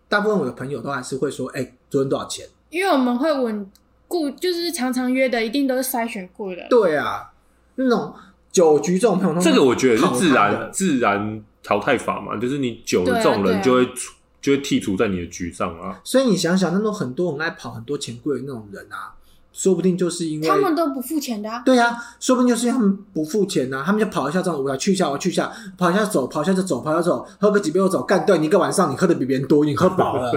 Speaker 2: 大部分我的朋友都还是会说，哎、昨天多少钱？
Speaker 3: 因为我们会稳固，就是常常约的，一定都是筛选过的。
Speaker 2: 对啊，那种酒局这种朋友，
Speaker 1: 这个我觉得是自
Speaker 2: 好看的
Speaker 1: 然自然淘汰法嘛，就是你久
Speaker 3: 对
Speaker 1: 了
Speaker 3: 啊
Speaker 1: 这种
Speaker 3: 对
Speaker 1: 人
Speaker 3: 啊
Speaker 1: 就会出就会剔除在你的局上啊。
Speaker 2: 所以你想想，那种很多很爱跑很多钱柜的那种人啊，说不定就是因为
Speaker 3: 他们都不付钱的、啊，
Speaker 2: 对啊，说不定就是因为他们不付钱呐、啊，他们就跑一下这样，我来去一下，我去一下，跑一下走，跑一下就走，跑一下走，喝个几杯就走，干对，你一个晚上你喝的比别人多，你喝
Speaker 1: *laughs*
Speaker 2: 饱了，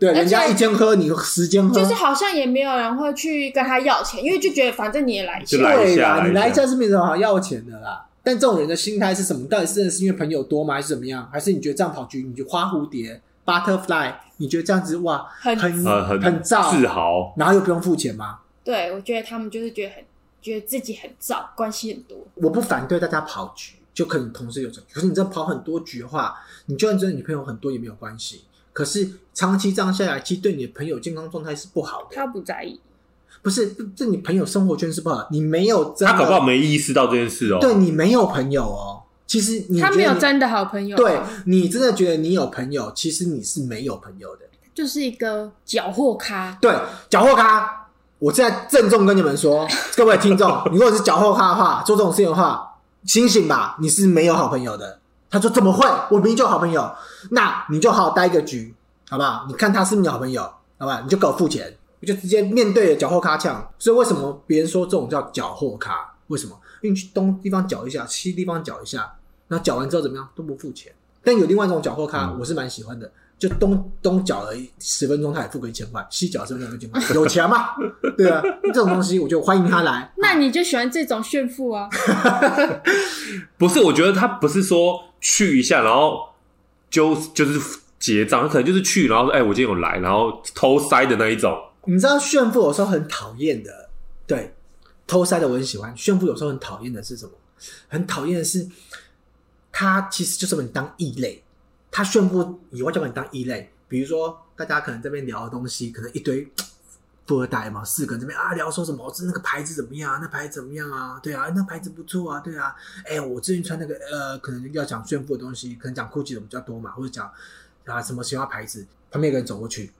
Speaker 2: 对，
Speaker 3: 而且
Speaker 2: 人家一间喝，你十间喝，
Speaker 3: 就是好像也没有人会去跟他要钱，因为就觉得反正你也来
Speaker 1: 就来一
Speaker 2: 对
Speaker 1: 下
Speaker 2: 啦，
Speaker 1: 来一下
Speaker 2: 你来一下是没什么好要钱的啦。但这种人的心态是什么？到底是真的是因为朋友多吗，还是怎么样？还是你觉得这样跑局，你就花蝴蝶 butterfly，你觉得这样子哇，
Speaker 3: 很
Speaker 2: 很
Speaker 1: 呃，很
Speaker 2: 很燥
Speaker 1: 自豪，
Speaker 2: 然后又不用付钱吗？
Speaker 3: 对，我觉得他们就是觉得很觉得自己很糟，关系很多。
Speaker 2: 我不反对大家跑局，就可能同事有这个。可是你真的跑很多局的话，你就算真的女朋友很多也没有关系。可是长期这样下来，其实对你的朋友健康状态是不好的。
Speaker 3: 他不在意，
Speaker 2: 不是，对你朋友生活圈是不好的。你没有真的，
Speaker 1: 他搞不好没意识到这件事哦。
Speaker 2: 对你没有朋友哦。其实你
Speaker 3: 他
Speaker 2: 觉
Speaker 3: 没
Speaker 2: 得
Speaker 3: 有
Speaker 2: 你
Speaker 3: 真的好朋友，啊
Speaker 2: 对，你真的觉得你有朋友，其实你是没有朋友的。
Speaker 3: 就是一个缴获咖。
Speaker 2: 对，缴获咖，我现在郑重跟你们说，各位听众，你如果是缴获咖的话，做这种事情的话，醒醒吧，你是没有好朋友的。他说怎么会？我明明就有好朋友，那你就好好待一个局，好不好？你看他是不是你好朋友，好吧？你就给我付钱，我就直接面对缴获咖呛。所以为什么别人说这种叫缴获咖？为什么？因为你去东地方缴一下，西地方缴一下，然后缴完之后怎么样都不付钱。但有另外一种缴获咖，
Speaker 1: 嗯
Speaker 2: 我是蛮喜欢的，就东东缴了十分钟，他也付个一千块；西缴十分钟一千块，有钱嘛？对啊，这种东西我就欢迎他来。
Speaker 3: 那你就喜欢这种炫富啊？
Speaker 1: 不是，我觉得他不是说去一下，然后就就是结账，他可能就是去，然后说哎、我今天有来，然后偷塞的那一种。
Speaker 2: 你知道炫富有时候很讨厌的，对，偷塞的我很喜欢。炫富有时候很讨厌的是什么？很讨厌的是，他其实就是把你当异类，他炫富以外就把你当异类。比如说，大家可能这边聊的东西，可能一堆富二代嘛，四个人这边啊聊说什么，这那个牌子怎么样啊？那牌子怎么样啊？对啊，那牌子不错啊，对啊。哎、我最近穿那个呃，可能要讲炫富的东西，可能讲 GUCCI 的比较多嘛，或者讲啊什么其他牌子。旁边有个人走过去，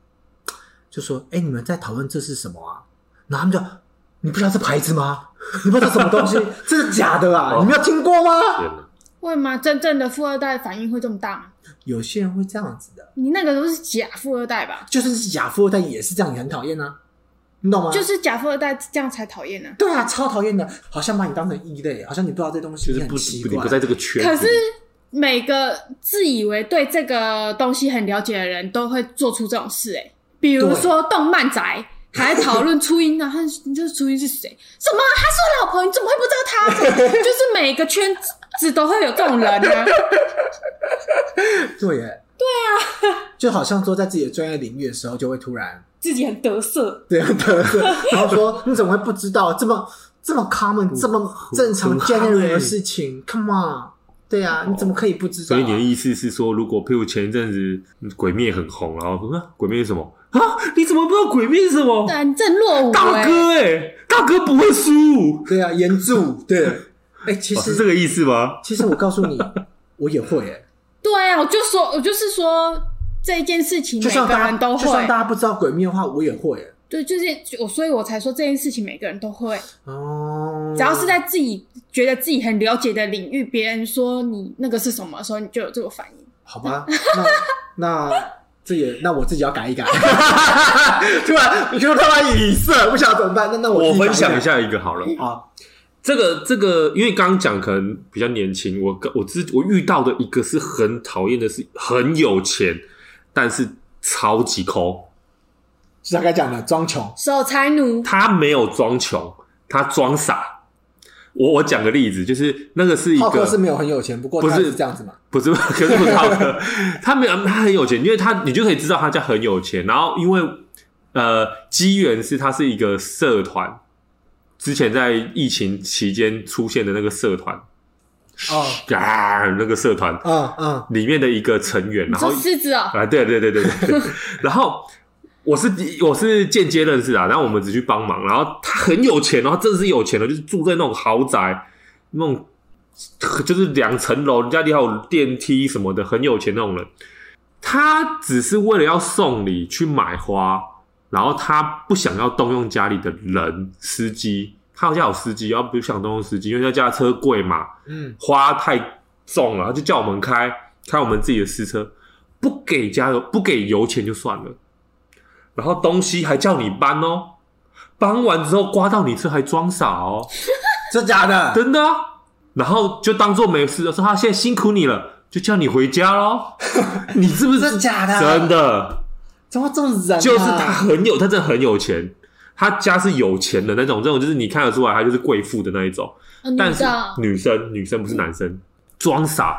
Speaker 2: 就说：“哎、你们在讨论这是什么啊？”然后他们就：“你不知道这牌子吗？你不知道这什么
Speaker 1: *laughs*
Speaker 2: 东西？这是假的啊！
Speaker 1: 哦
Speaker 2: 你没有听过吗
Speaker 1: 天哪
Speaker 3: 会吗？真正的富二代反应会这么大吗？？”
Speaker 2: 有些人会这样子的，
Speaker 3: 你那个都是假富二代吧？
Speaker 2: 就算是假富二代也是这样，你很讨厌啊，你懂吗？
Speaker 3: 就是假富二代这样才讨厌呢。
Speaker 2: 对啊，超讨厌的，好像把你当成异类，好像你不知道这东西，
Speaker 1: 就是
Speaker 2: 你
Speaker 1: 不
Speaker 2: 很奇
Speaker 1: 你
Speaker 2: 怪
Speaker 1: 不在这个圈子
Speaker 3: 可
Speaker 1: 里。
Speaker 3: 是每个自以为对这个东西很了解的人都会做出这种事、哎，比如说动漫宅。还在讨论初音呢、啊，他你这初音是谁？什么？他是我老婆，你怎么会不知道他？就是每个圈子都会有这种人啊。
Speaker 2: 对耶，对啊，就好像说在自己的专业领域的时候，就会突然 *laughs*
Speaker 3: 自己很得瑟，
Speaker 2: 这样的，然后说你怎么会不知道这么这么 common 这么正常
Speaker 1: 很
Speaker 2: general 的
Speaker 1: common
Speaker 2: 事情？Come on，对啊，你怎么可以不知道
Speaker 1: 所以？你的意思是说，如果譬如前一阵子嗯《鬼灭》很红，然后说啊，《鬼灭》是什么啊？你怎么不知道《鬼灭》是什么？
Speaker 3: 对啊，你真落伍、
Speaker 1: 大
Speaker 3: 哎，
Speaker 1: 哥哎、大哥不会输，
Speaker 2: 对啊，严柱，对， *laughs* 哎，其
Speaker 1: 哦
Speaker 2: 实
Speaker 1: 是这个意思吗？
Speaker 2: 其实我告诉你， *laughs* 我也会哎，
Speaker 3: 对啊，我就说，我就是说这件事情，
Speaker 2: 就
Speaker 3: 每
Speaker 2: 像
Speaker 3: 个
Speaker 2: 大家
Speaker 3: 人都
Speaker 2: 就像
Speaker 3: 会，
Speaker 2: 大家不知道鬼面的话，我也会哎。
Speaker 3: 对，就是我，所以我才说这件事情每个人都会，
Speaker 2: 哦，
Speaker 3: 只要是在自己觉得自己很了解的领域，别人说你那个是什么的时候，你就有这个反应。
Speaker 2: 好吧，那那这也那我自己要改一改。突然， *laughs* 你就突然语塞，不晓得怎么办。那那
Speaker 1: 我
Speaker 2: 自己改
Speaker 1: 分享一
Speaker 2: 改
Speaker 1: 下一个好了，
Speaker 2: 啊，
Speaker 1: 这个这个，因为刚刚讲可能比较年轻，我我之我遇到的一个是很讨厌的是很有钱，但是超级抠，
Speaker 2: 就像刚才讲的装穷，
Speaker 3: 守财奴，
Speaker 1: 他没有装穷，他装傻。我我讲个例子，就是那个是一
Speaker 2: 浩克
Speaker 1: 个
Speaker 2: 是没有很有钱，不过
Speaker 1: 不
Speaker 2: 他
Speaker 1: 是
Speaker 2: 也这样子嘛。
Speaker 1: 不是，可是不是浩克， *laughs* 他没有，他很有钱，因为他你就可以知道他家很有钱。然后因为呃，机缘是他是一个社团，之前在疫情期间出现的那个社团
Speaker 2: 哦，
Speaker 1: 啊，那个社团
Speaker 2: 嗯嗯，
Speaker 1: 里面的一个成员，
Speaker 3: 你
Speaker 1: 然后
Speaker 3: 说狮子哦，
Speaker 1: 啊，对对对对对
Speaker 3: *laughs*
Speaker 1: 对，然后。我是我是间接认识啊，然后我们只去帮忙，然后他很有钱哦，然后真的是有钱的，就是住在那种豪宅，那种就是两层楼，人家里还有电梯什么的，很有钱那种人。他只是为了要送礼去买花，然后他不想要动用家里的人司机，他好像有司机，然后不想动用司机，因为他家车贵嘛，
Speaker 2: 嗯，
Speaker 1: 花太重了，他就叫我们开开我们自己的私车，不给加油不给油钱就算了，然后东西还叫你搬哦，搬完之后刮到你车还装傻哦，
Speaker 2: 真假的？
Speaker 1: 真的啊、然后就当做没事，说他现在辛苦你了，就叫你回家
Speaker 2: *laughs*
Speaker 1: 喽，你是不
Speaker 2: 真
Speaker 1: 是
Speaker 2: 假的？
Speaker 1: 真？的？
Speaker 2: 怎么这种人啊？
Speaker 1: 就是他很有，他真的很有钱。他家是有钱的那种，这种就是你看得出来，他就是贵妇的那一种。
Speaker 3: 哦女
Speaker 1: 但是
Speaker 3: 的，
Speaker 1: 女生，女生不是男生，装傻，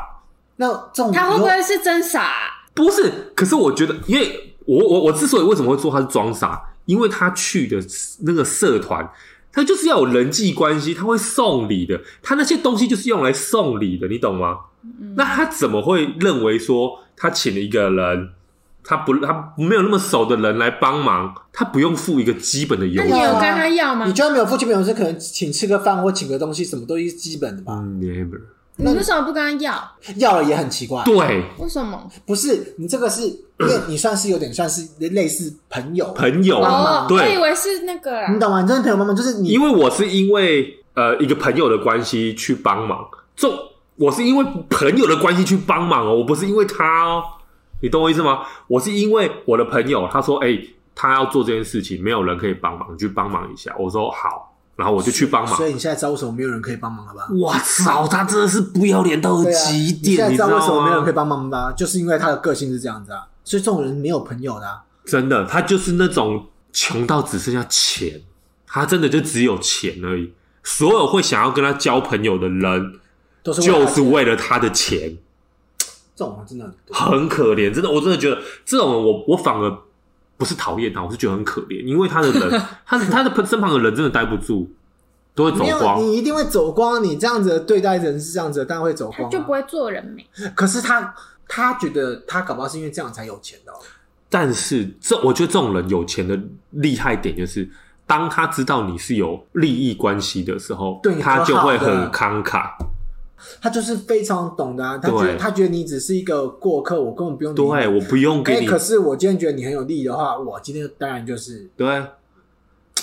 Speaker 2: 那这种
Speaker 3: 他会
Speaker 2: 以
Speaker 3: 不
Speaker 2: 后
Speaker 3: 会是真傻啊、
Speaker 1: 不是，可是我觉得，因为我我我之所以为什么会说他是装傻，因为他去的那个社团，他就是要有人际关系，他会送礼的，他那些东西就是用来送礼的，你懂吗？
Speaker 3: 嗯
Speaker 1: 那他怎么会认为说他请了一个人，他不他没有那么熟的人来帮忙，他不用付一个基本的
Speaker 3: 那
Speaker 1: 油
Speaker 3: 你
Speaker 1: 钱？
Speaker 3: 有跟他要吗
Speaker 2: 你？就算没有付基本工资，可能请吃个饭或请个东西，什么都是基本的吧。
Speaker 1: 嗯，never。
Speaker 3: 你为什么不跟他要？
Speaker 2: 要了也很奇怪，
Speaker 1: 对，
Speaker 3: 为什么？
Speaker 2: 不是你这个是，因为你算是有点算是类似朋友，
Speaker 1: 朋友
Speaker 2: 帮忙
Speaker 3: 哦，我以
Speaker 1: 啊对，
Speaker 3: 为是那个啊啦
Speaker 2: 你。懂吗？你真的朋友妈妈就是你
Speaker 1: 因为我是因为呃一个朋友的关系去帮忙，这我是因为朋友的关系去帮忙哦，我不是因为他哦，你懂我意思吗？我是因为我的朋友他说，哎、他要做这件事情，没有人可以帮忙，你去帮忙一下。我说好，然后我就去帮忙
Speaker 2: 所。以你现在知道为什么没有人可以帮忙了吧？
Speaker 1: 我操，他真的是不要脸到
Speaker 2: 对啊，
Speaker 1: 极
Speaker 2: 你
Speaker 1: 点，
Speaker 2: 现在
Speaker 1: 你
Speaker 2: 知
Speaker 1: 知
Speaker 2: 道为什么没
Speaker 1: 道
Speaker 2: 有人可以
Speaker 1: 吗？
Speaker 2: 帮忙吧？就是因为他的个性是这样子啊，所以这种人没有朋友的、啊。
Speaker 1: 真的，他就是那种穷到只剩下钱，他真的就只有钱而已。所有会想要跟他交朋友的人，
Speaker 2: 都是为了
Speaker 1: 就
Speaker 2: 他
Speaker 1: 是为了他的钱，
Speaker 2: 这种人啊真的很多，
Speaker 1: 很可怜。真的，我真的觉得这种人，我我反而不是讨厌他，我是觉得很可怜，因为他的
Speaker 2: *laughs*
Speaker 1: 人，他他的身旁的人真的待不住，都会走
Speaker 2: 没有
Speaker 1: 光。
Speaker 2: 你一定会走光。你这样子的对待人是这样子的，当然会走光、
Speaker 3: 他
Speaker 2: 啊。
Speaker 3: 就不会做人美，
Speaker 2: 可是他他觉得他搞不好是因为这样才有钱的、哦。
Speaker 1: 但是这，我觉得这种人有钱的厉害点就是，当他知道你是有利益关系的时候，
Speaker 2: 对
Speaker 1: 他就会很
Speaker 2: 很
Speaker 1: 慷慨。
Speaker 2: 他就是非常懂的、啊，他觉
Speaker 1: 对
Speaker 2: 得他觉得你只是一个过客，我根本不用理你。
Speaker 1: 对，我不用
Speaker 2: 哎、
Speaker 1: 给你，
Speaker 2: 可是我今天觉得你很有利益的话，我今天当然就是
Speaker 1: 对。啊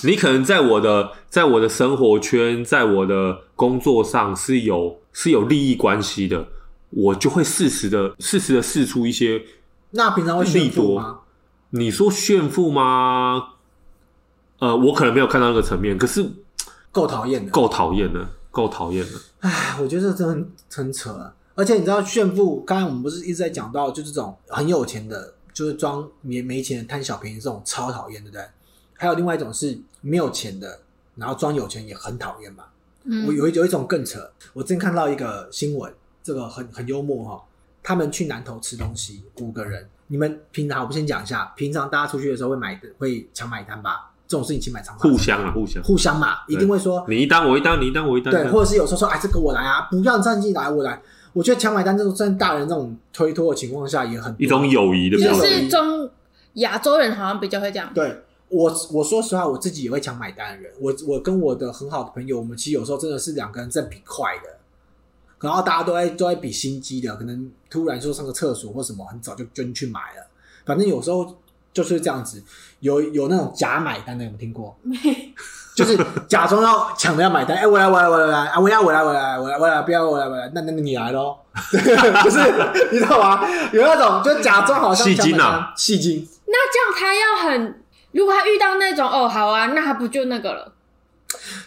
Speaker 1: 你可能在我的，在我的生活圈，在我的工作上是有是有利益关系的，我就会适时的、适时的试出一些
Speaker 2: 那平常会炫富
Speaker 1: 利
Speaker 2: 吗？
Speaker 1: 你说炫富吗？呃，我可能没有看到那个层面，可是
Speaker 2: 够讨厌的。
Speaker 1: 够讨厌了，够讨厌了。
Speaker 2: 唉，我觉得这真的很很扯啊、而且你知道炫富，刚才我们不是一直在讲到，就这种很有钱的，就是装没没钱的贪小便宜，这种超讨厌，对不对？还有另外一种是没有钱的，然后装有钱也很讨厌嘛。
Speaker 3: 嗯
Speaker 2: 我，有一有一种更扯，我之前看到一个新闻，这个很很幽默哈、哦。他们去南头吃东西，五个人。你们平常我们先讲一下，平常大家出去的时候会买的会抢买单吧？这种事情请买常发生
Speaker 1: 互相啊，互相，
Speaker 2: 互相嘛，一定会说
Speaker 1: 你一单我一单，你一单我一单。
Speaker 2: 对，或者是有时候说哎这个我来啊，不要你上进来我来。我觉得抢买单这种算大人这种推脱的情况下也很多
Speaker 1: 一种友谊的
Speaker 2: 一
Speaker 1: 表
Speaker 2: 种
Speaker 3: 就
Speaker 1: 达
Speaker 2: 友谊
Speaker 3: 是中亚洲人好像比较会这样。
Speaker 2: 对我，我说实话，我自己也会抢买单的人。我我跟我的很好的朋友，我们其实有时候真的是两个人在比快的，然后大家都在都在比心机的，可能突然说上个厕所或什么，很早就捐去买了。反正有时候就是这样子，有有那种假买单的，有没有听过？就是假装要抢着要买单，哎、我来，我来，我来，我来，啊，我要，我来，我来，我来，我来，不要，我来，我来，那那那你来喽， *laughs* 就是你知道吗？有那种就假装好像
Speaker 1: 戏
Speaker 2: 抢
Speaker 1: 精
Speaker 2: 买
Speaker 1: 啊
Speaker 2: 单，戏精，
Speaker 3: 那这样他要很，如果他遇到那种哦好啊，那他不就那个了？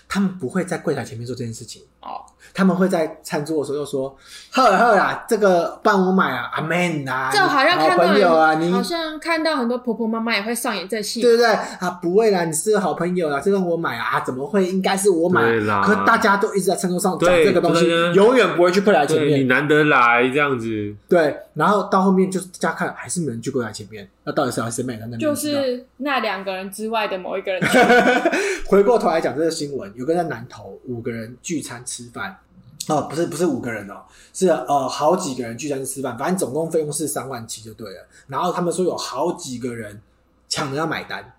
Speaker 2: 他们不会在柜台前面做这件事情
Speaker 3: 哦，
Speaker 2: 他们会在餐桌的时候就说：“呵啦呵啦，这个帮我买啊，阿妹啊，
Speaker 3: 这好像
Speaker 2: 你
Speaker 3: 看
Speaker 2: 好
Speaker 3: 到
Speaker 2: 朋友啊，
Speaker 3: 很
Speaker 2: 你
Speaker 3: 好像看到很多婆婆妈妈也会上演这戏。
Speaker 2: 对不对啊？不会啦，你是好朋友啦，这顿我买啊，啊怎么会？应该是我买啊
Speaker 1: 对啦
Speaker 2: 可大家都一直在餐桌上讲
Speaker 1: 对
Speaker 2: 这个东西
Speaker 1: 对对，对
Speaker 2: 永远不会去柜台前
Speaker 1: 对你
Speaker 2: 面。
Speaker 1: 难得来这样子，
Speaker 2: 对，然后到后面就是大家看还是没人去柜台前面，那到底是要谁买单？那没人
Speaker 3: 就
Speaker 2: 知道
Speaker 3: 是那两个人之外的某
Speaker 2: *laughs*
Speaker 3: 一个人，
Speaker 2: 回过头来讲这个新闻，有个在南投五个人聚餐吃饭，哦，不是不是五个人哦，是呃好几个人聚餐吃饭，反正总共费用是三万七就对了。然后他们说有好几个人抢着要买单，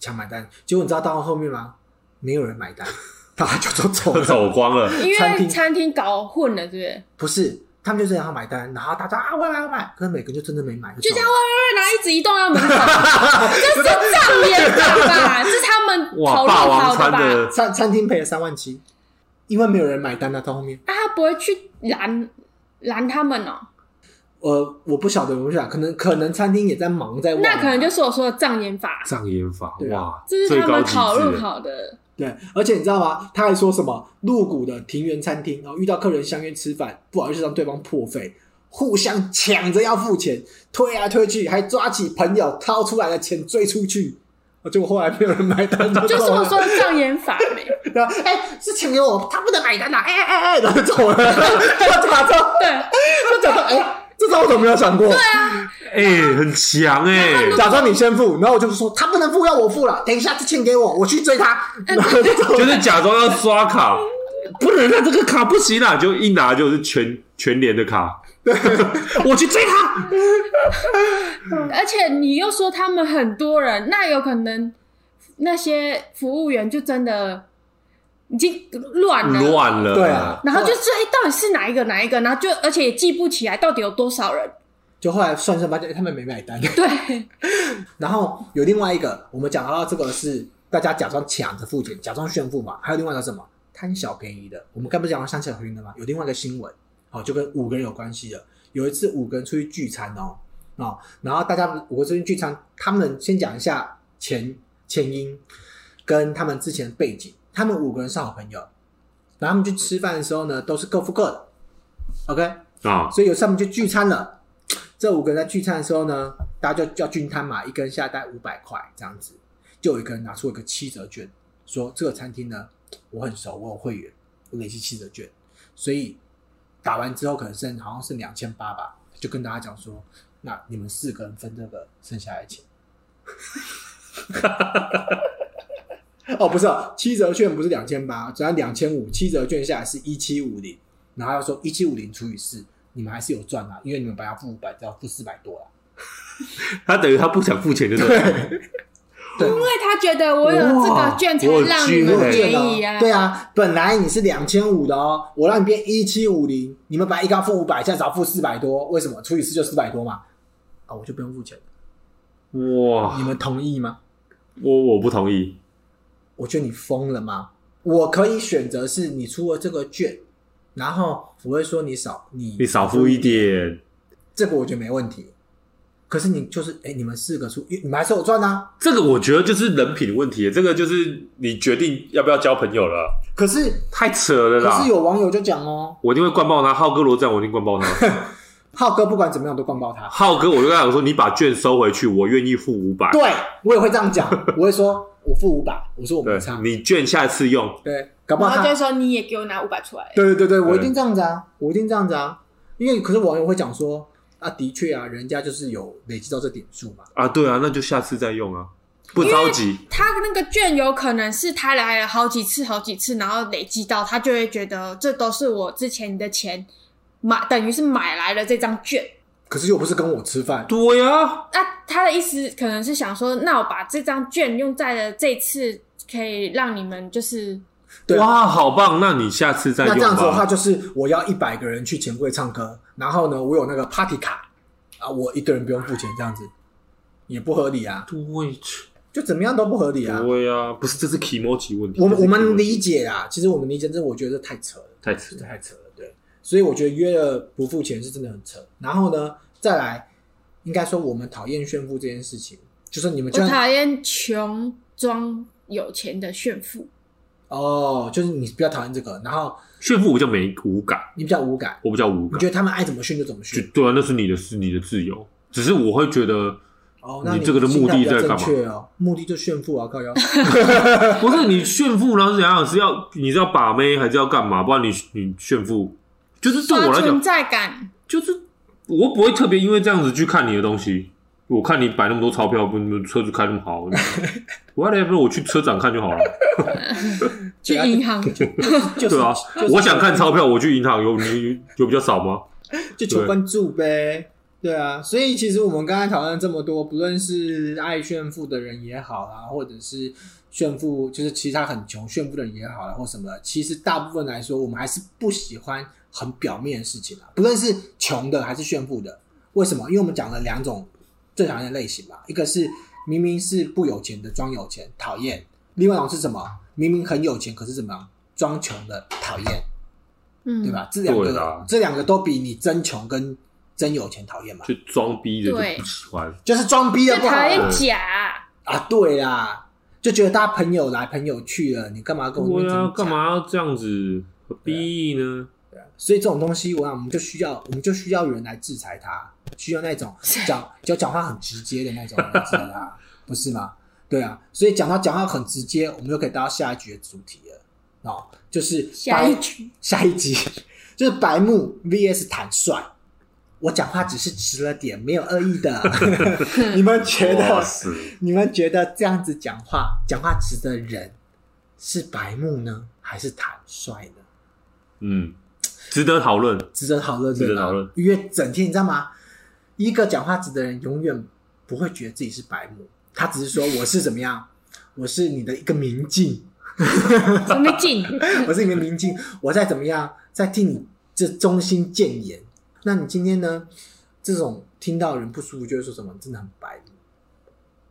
Speaker 2: 抢买单，结果你知道到后面吗？没有人买单， *laughs* 大家就都走
Speaker 1: *laughs*
Speaker 2: 了。
Speaker 1: 走光了。
Speaker 3: 因
Speaker 2: 餐
Speaker 3: 为
Speaker 2: 厅嗯
Speaker 3: 餐厅搞混了，是不是？
Speaker 2: 不是，他们就是想要买单，然后大家啊我要买我要买，可是每个人就真的没买，
Speaker 3: 就
Speaker 2: 就
Speaker 3: 这样，然后一直移动到门口，
Speaker 2: *laughs*
Speaker 3: 这是障眼法吧？这是他们
Speaker 1: 哇，
Speaker 3: 讨论
Speaker 1: 霸
Speaker 3: 好
Speaker 1: 王
Speaker 3: 的
Speaker 1: 餐
Speaker 3: 吧？啊
Speaker 1: 的
Speaker 2: 餐餐厅赔了三万七，因为没有人买单啊，到后面。
Speaker 3: 啊，他不会去拦拦他们哦，
Speaker 2: 呃，我不晓得，我不晓得，可能可能餐厅也在忙，在忘
Speaker 3: 那可能就是我说的障眼法，
Speaker 1: 障眼法，
Speaker 2: 对啊
Speaker 1: 哇，
Speaker 3: 这是
Speaker 1: 最
Speaker 3: 他
Speaker 1: 高
Speaker 3: 们
Speaker 1: 极
Speaker 3: 讨
Speaker 1: 致
Speaker 3: 论
Speaker 1: 了。
Speaker 3: 好的。
Speaker 2: 对，而且你知道吗？他还说什么露谷的庭园餐厅，哦然后遇到客人相约吃饭，不好意思让对方破费，互相抢着要付钱，推来推去，还抓起朋友掏出来的钱追出去，结果后来没有人买单，就
Speaker 3: 就是
Speaker 2: 走
Speaker 3: 我
Speaker 2: 了 *laughs*
Speaker 3: 说的障眼法没，
Speaker 2: 然后哎，是钱啊 *laughs* 给我，他不能买单呐、哎哎哎，然后就走了，我假装，
Speaker 3: 对，啊
Speaker 2: 我假装，哎，这招我怎么没有想过？
Speaker 1: 哎、很强哎、 *laughs*
Speaker 2: *laughs* 假装你先付，然后我就说他不能付，要我付了。等一下就欠给我，我去追他。然后就
Speaker 1: *laughs*
Speaker 2: *laughs*
Speaker 1: 就是假装要刷卡，不能啊，这个卡不行啦，就一拿就是全全联的卡，我去追他，
Speaker 3: 而且你又说他们很多人，那有可能那些服务员就真的已经乱了，
Speaker 1: 乱了，
Speaker 2: 对啊，
Speaker 3: 然后就说哎、到底是哪一个哪一个，然后就而且也记不起来到底有多少
Speaker 2: *laughs*
Speaker 3: 人。
Speaker 2: 就后来算算发现哎他们没买单。
Speaker 3: 对，
Speaker 2: 然后有另外一个，我们讲到这个是大家假装抢着付钱，假装炫富嘛。还有另外一个什么贪小便宜的，我们刚不是讲到三小便宜的吗？有另外一个新闻，好、就跟五个人有关系的。有一次五个人出去聚餐哦，哦，然后大家五个出去聚餐，他们先讲一下前前因跟他们之前的背景。他们五个人是好朋友，然后他们去吃饭的时候呢，都是各付各的，OK。
Speaker 1: 啊，
Speaker 2: 所以有时候我们就聚餐了。这五个人在聚餐的时候呢，大家就叫均摊嘛，一个人下单五百块这样子。就有一个人拿出一个七折券，说这个餐厅呢我很熟，我有会员，我累积七折券，所以打完之后可能剩好像剩两千八吧，就跟大家讲说，那你们四个人分这个剩下来的钱。 *laughs* 哦，不是哦，七折券不是两千八，只要两千五，七折券下来是一七五零，然后要说一七五零除以四，你们还是有赚啊，因为你们本来要付五百，只要付四百多啊。
Speaker 1: 他等于他不想付钱，就是
Speaker 2: 对，
Speaker 3: 因为他觉得我有这个券才让你
Speaker 1: 我
Speaker 3: 们
Speaker 1: 有
Speaker 3: 便
Speaker 1: 券
Speaker 3: 宜
Speaker 2: 啊，对啊，本来你是两千五的哦，我让你变一七五零，你们本来一个要付五百，现在只要付四百多，为什么？除以四就四百多嘛，啊，我就不用付钱，
Speaker 1: 哇
Speaker 2: 你，们同意吗？
Speaker 1: 我我不同意，
Speaker 2: 我觉得你疯了吗？我可以选择是你出了这个券，然后我会说你少你
Speaker 1: 你少付一点，
Speaker 2: 这个我觉得没问题。可是你就是哎、你们四个出，你们还是有赚啊。
Speaker 1: 这个我觉得就是人品问题，这个就是你决定要不要交朋友了，
Speaker 2: 可是
Speaker 1: 太扯了
Speaker 2: 可
Speaker 1: 啦
Speaker 2: 是！有网友就讲哦，
Speaker 1: 我一定会灌爆他，浩哥罗赞我一定灌爆他。
Speaker 2: 浩哥不管怎么样都灌爆他。
Speaker 1: 浩哥，我就跟他讲说，你把券收回去，我愿意付五百。
Speaker 2: 对我也会这样讲，我会说我付五百，我说我没
Speaker 1: 对
Speaker 2: 差，，
Speaker 1: 你券下次用。
Speaker 2: 对，搞不好
Speaker 3: 然后
Speaker 2: 他
Speaker 3: 就说你也给我拿五百出来，
Speaker 2: 对对对对，我一
Speaker 1: 对
Speaker 2: 定这样子啊，我一定这样子啊，因为可是网友会讲说啊，的确啊，人家就是有累积到这点数嘛，
Speaker 1: 啊，对啊，那就下次再用啊，不着急。
Speaker 3: 他那个券有可能是他来了好几次、好几次，然后累积到他就会觉得这都是我之前的钱买，等于是买来了这张券。
Speaker 2: 可是又不是跟我吃饭，
Speaker 1: 对呀，
Speaker 3: 那他的意思可能是想说，那我把这张券用在了这次，可以让你们就是
Speaker 2: 对
Speaker 1: 哇，好棒！那你下次再
Speaker 2: 那
Speaker 1: 用
Speaker 2: 这样子的话
Speaker 1: 吧。
Speaker 2: 就是我要一百个人去钱柜唱歌，然后呢，我有那个 party 卡啊，我一个人不用付钱，这样子也不合理啊，
Speaker 1: 对，
Speaker 2: 就怎么样都不合理啊。
Speaker 1: 对呀，不是，这是 e m o j i 问题。
Speaker 2: 我们
Speaker 1: 这
Speaker 2: 我
Speaker 1: 是
Speaker 2: 们
Speaker 1: emoji
Speaker 2: 理解啊，其实我们理解，这我觉得太扯了。
Speaker 1: 太扯
Speaker 2: 这
Speaker 1: 了。
Speaker 2: 太扯了，对。所以我觉得约了不付钱是真的很扯。然后呢，再来，应该说我们讨厌炫富这件事情，就是你们就
Speaker 3: 我
Speaker 2: 像
Speaker 3: 讨厌穷装有钱的炫富。
Speaker 2: 哦，就是你比较讨厌这个，然后
Speaker 1: 炫富我比较没无感，
Speaker 2: 你比较无感，
Speaker 1: 我比较无
Speaker 2: 你
Speaker 1: 感
Speaker 2: 觉。得他们爱怎么炫就怎么
Speaker 1: 就
Speaker 2: 炫。
Speaker 1: 对啊，那是你的事，你的自由。只是我会觉得，
Speaker 2: 哦，那
Speaker 1: 你这个的目的
Speaker 2: 心态比较
Speaker 1: 在干嘛
Speaker 2: 正确哦，目的就炫富啊，靠腰。
Speaker 1: 不是你炫富，然后是怎样？是要你是要把妹，还是要干嘛？不然你你炫富，就是对我
Speaker 3: 刷
Speaker 1: 来
Speaker 3: 存
Speaker 2: 啊
Speaker 1: 讲，
Speaker 3: 在感，
Speaker 1: 就是我不会特别因为这样子去看你的东西。我看你摆那么多钞票，不，你车子开那么好，whatever，我去车展看
Speaker 2: *laughs*
Speaker 1: 就好了。
Speaker 3: 去
Speaker 2: 对啊
Speaker 3: 银行，
Speaker 2: *laughs* 就是
Speaker 1: 对啊，
Speaker 2: 就是
Speaker 1: 我想看钞票，我去银行有你有比较少吗？
Speaker 2: 就求关注呗。对啊，所以其实我们刚才讨论这么多，不论是爱炫富的人也好啦，或者是炫富，就是其实他很穷炫富的人也好啦，或什么的，其实大部分来说，我们还是不喜欢很表面的事情啦，不论是穷的还是炫富的。为什么？因为我们讲了两种最讨厌的类型嘛，一个是明明是不有钱的装有钱，讨厌；另外一种是什么？明明很有钱，可是怎么样装穷的，讨厌。
Speaker 3: 嗯，
Speaker 2: 对？吧？这两
Speaker 1: 对啦
Speaker 2: 个，这两个都比你真穷跟真有钱讨厌嘛，
Speaker 1: 就装逼的就
Speaker 3: 对
Speaker 1: 不喜欢。
Speaker 2: 就是装逼
Speaker 3: 就
Speaker 2: 的不好
Speaker 3: 讨厌
Speaker 2: 啊
Speaker 3: 假，
Speaker 2: 啊！对啦，就觉得大家朋友来朋友去了，你干嘛跟我
Speaker 1: 对
Speaker 2: 认
Speaker 1: 啊，
Speaker 2: 真
Speaker 1: 干？嘛要这样子？何必
Speaker 2: *laughs*
Speaker 1: 呢？
Speaker 2: 所以这种东西，我想我们就需要，我们就需要有人来制裁他，需要那种讲就讲话很直接的那种人来制裁他，不是吗？对啊，所以讲到讲话很直接，我们就可以达到下一局的主题了。哦，就是
Speaker 3: 下一
Speaker 2: *laughs*
Speaker 3: 局
Speaker 2: 白下一集就是白目 VS 坦率。我讲话只是直了点，没有恶意
Speaker 1: *laughs*
Speaker 2: 的。你们觉
Speaker 1: 哇
Speaker 2: 得？
Speaker 1: 塞，
Speaker 2: 你们觉得这样子讲话，讲话直的人是白目呢，还是坦率呢？
Speaker 1: 嗯，值得讨论。
Speaker 2: 值得讨论，
Speaker 1: 值得
Speaker 2: 对吧
Speaker 1: 讨论。
Speaker 2: 因为整天你知道吗？一个讲话直的人永远不会觉得自己是白目，他只是说我是怎么样，我是你的一个明镜，
Speaker 3: 什么劲？
Speaker 2: 我是你的明镜，我在怎么样，在替你这衷心谏言。那你今天呢？这种听到人不舒服，就会说什么真的很白目，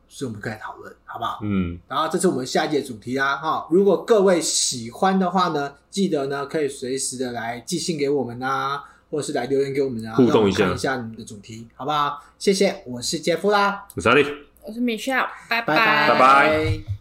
Speaker 2: 所以我们可以来讨论，好不好？
Speaker 1: 嗯，
Speaker 2: 然后这是我们下一节主题啦，哈！如果各位喜欢的话呢，记得呢可以随时的来寄信给我们啊，或是来留言给我们啊，
Speaker 1: 互动
Speaker 2: 让我们
Speaker 1: 一下
Speaker 2: 看一下你们的主题，好不好？谢谢，我是杰夫啦，
Speaker 1: 我是阿力。
Speaker 3: 我是 Michelle，拜
Speaker 2: 拜
Speaker 1: 拜拜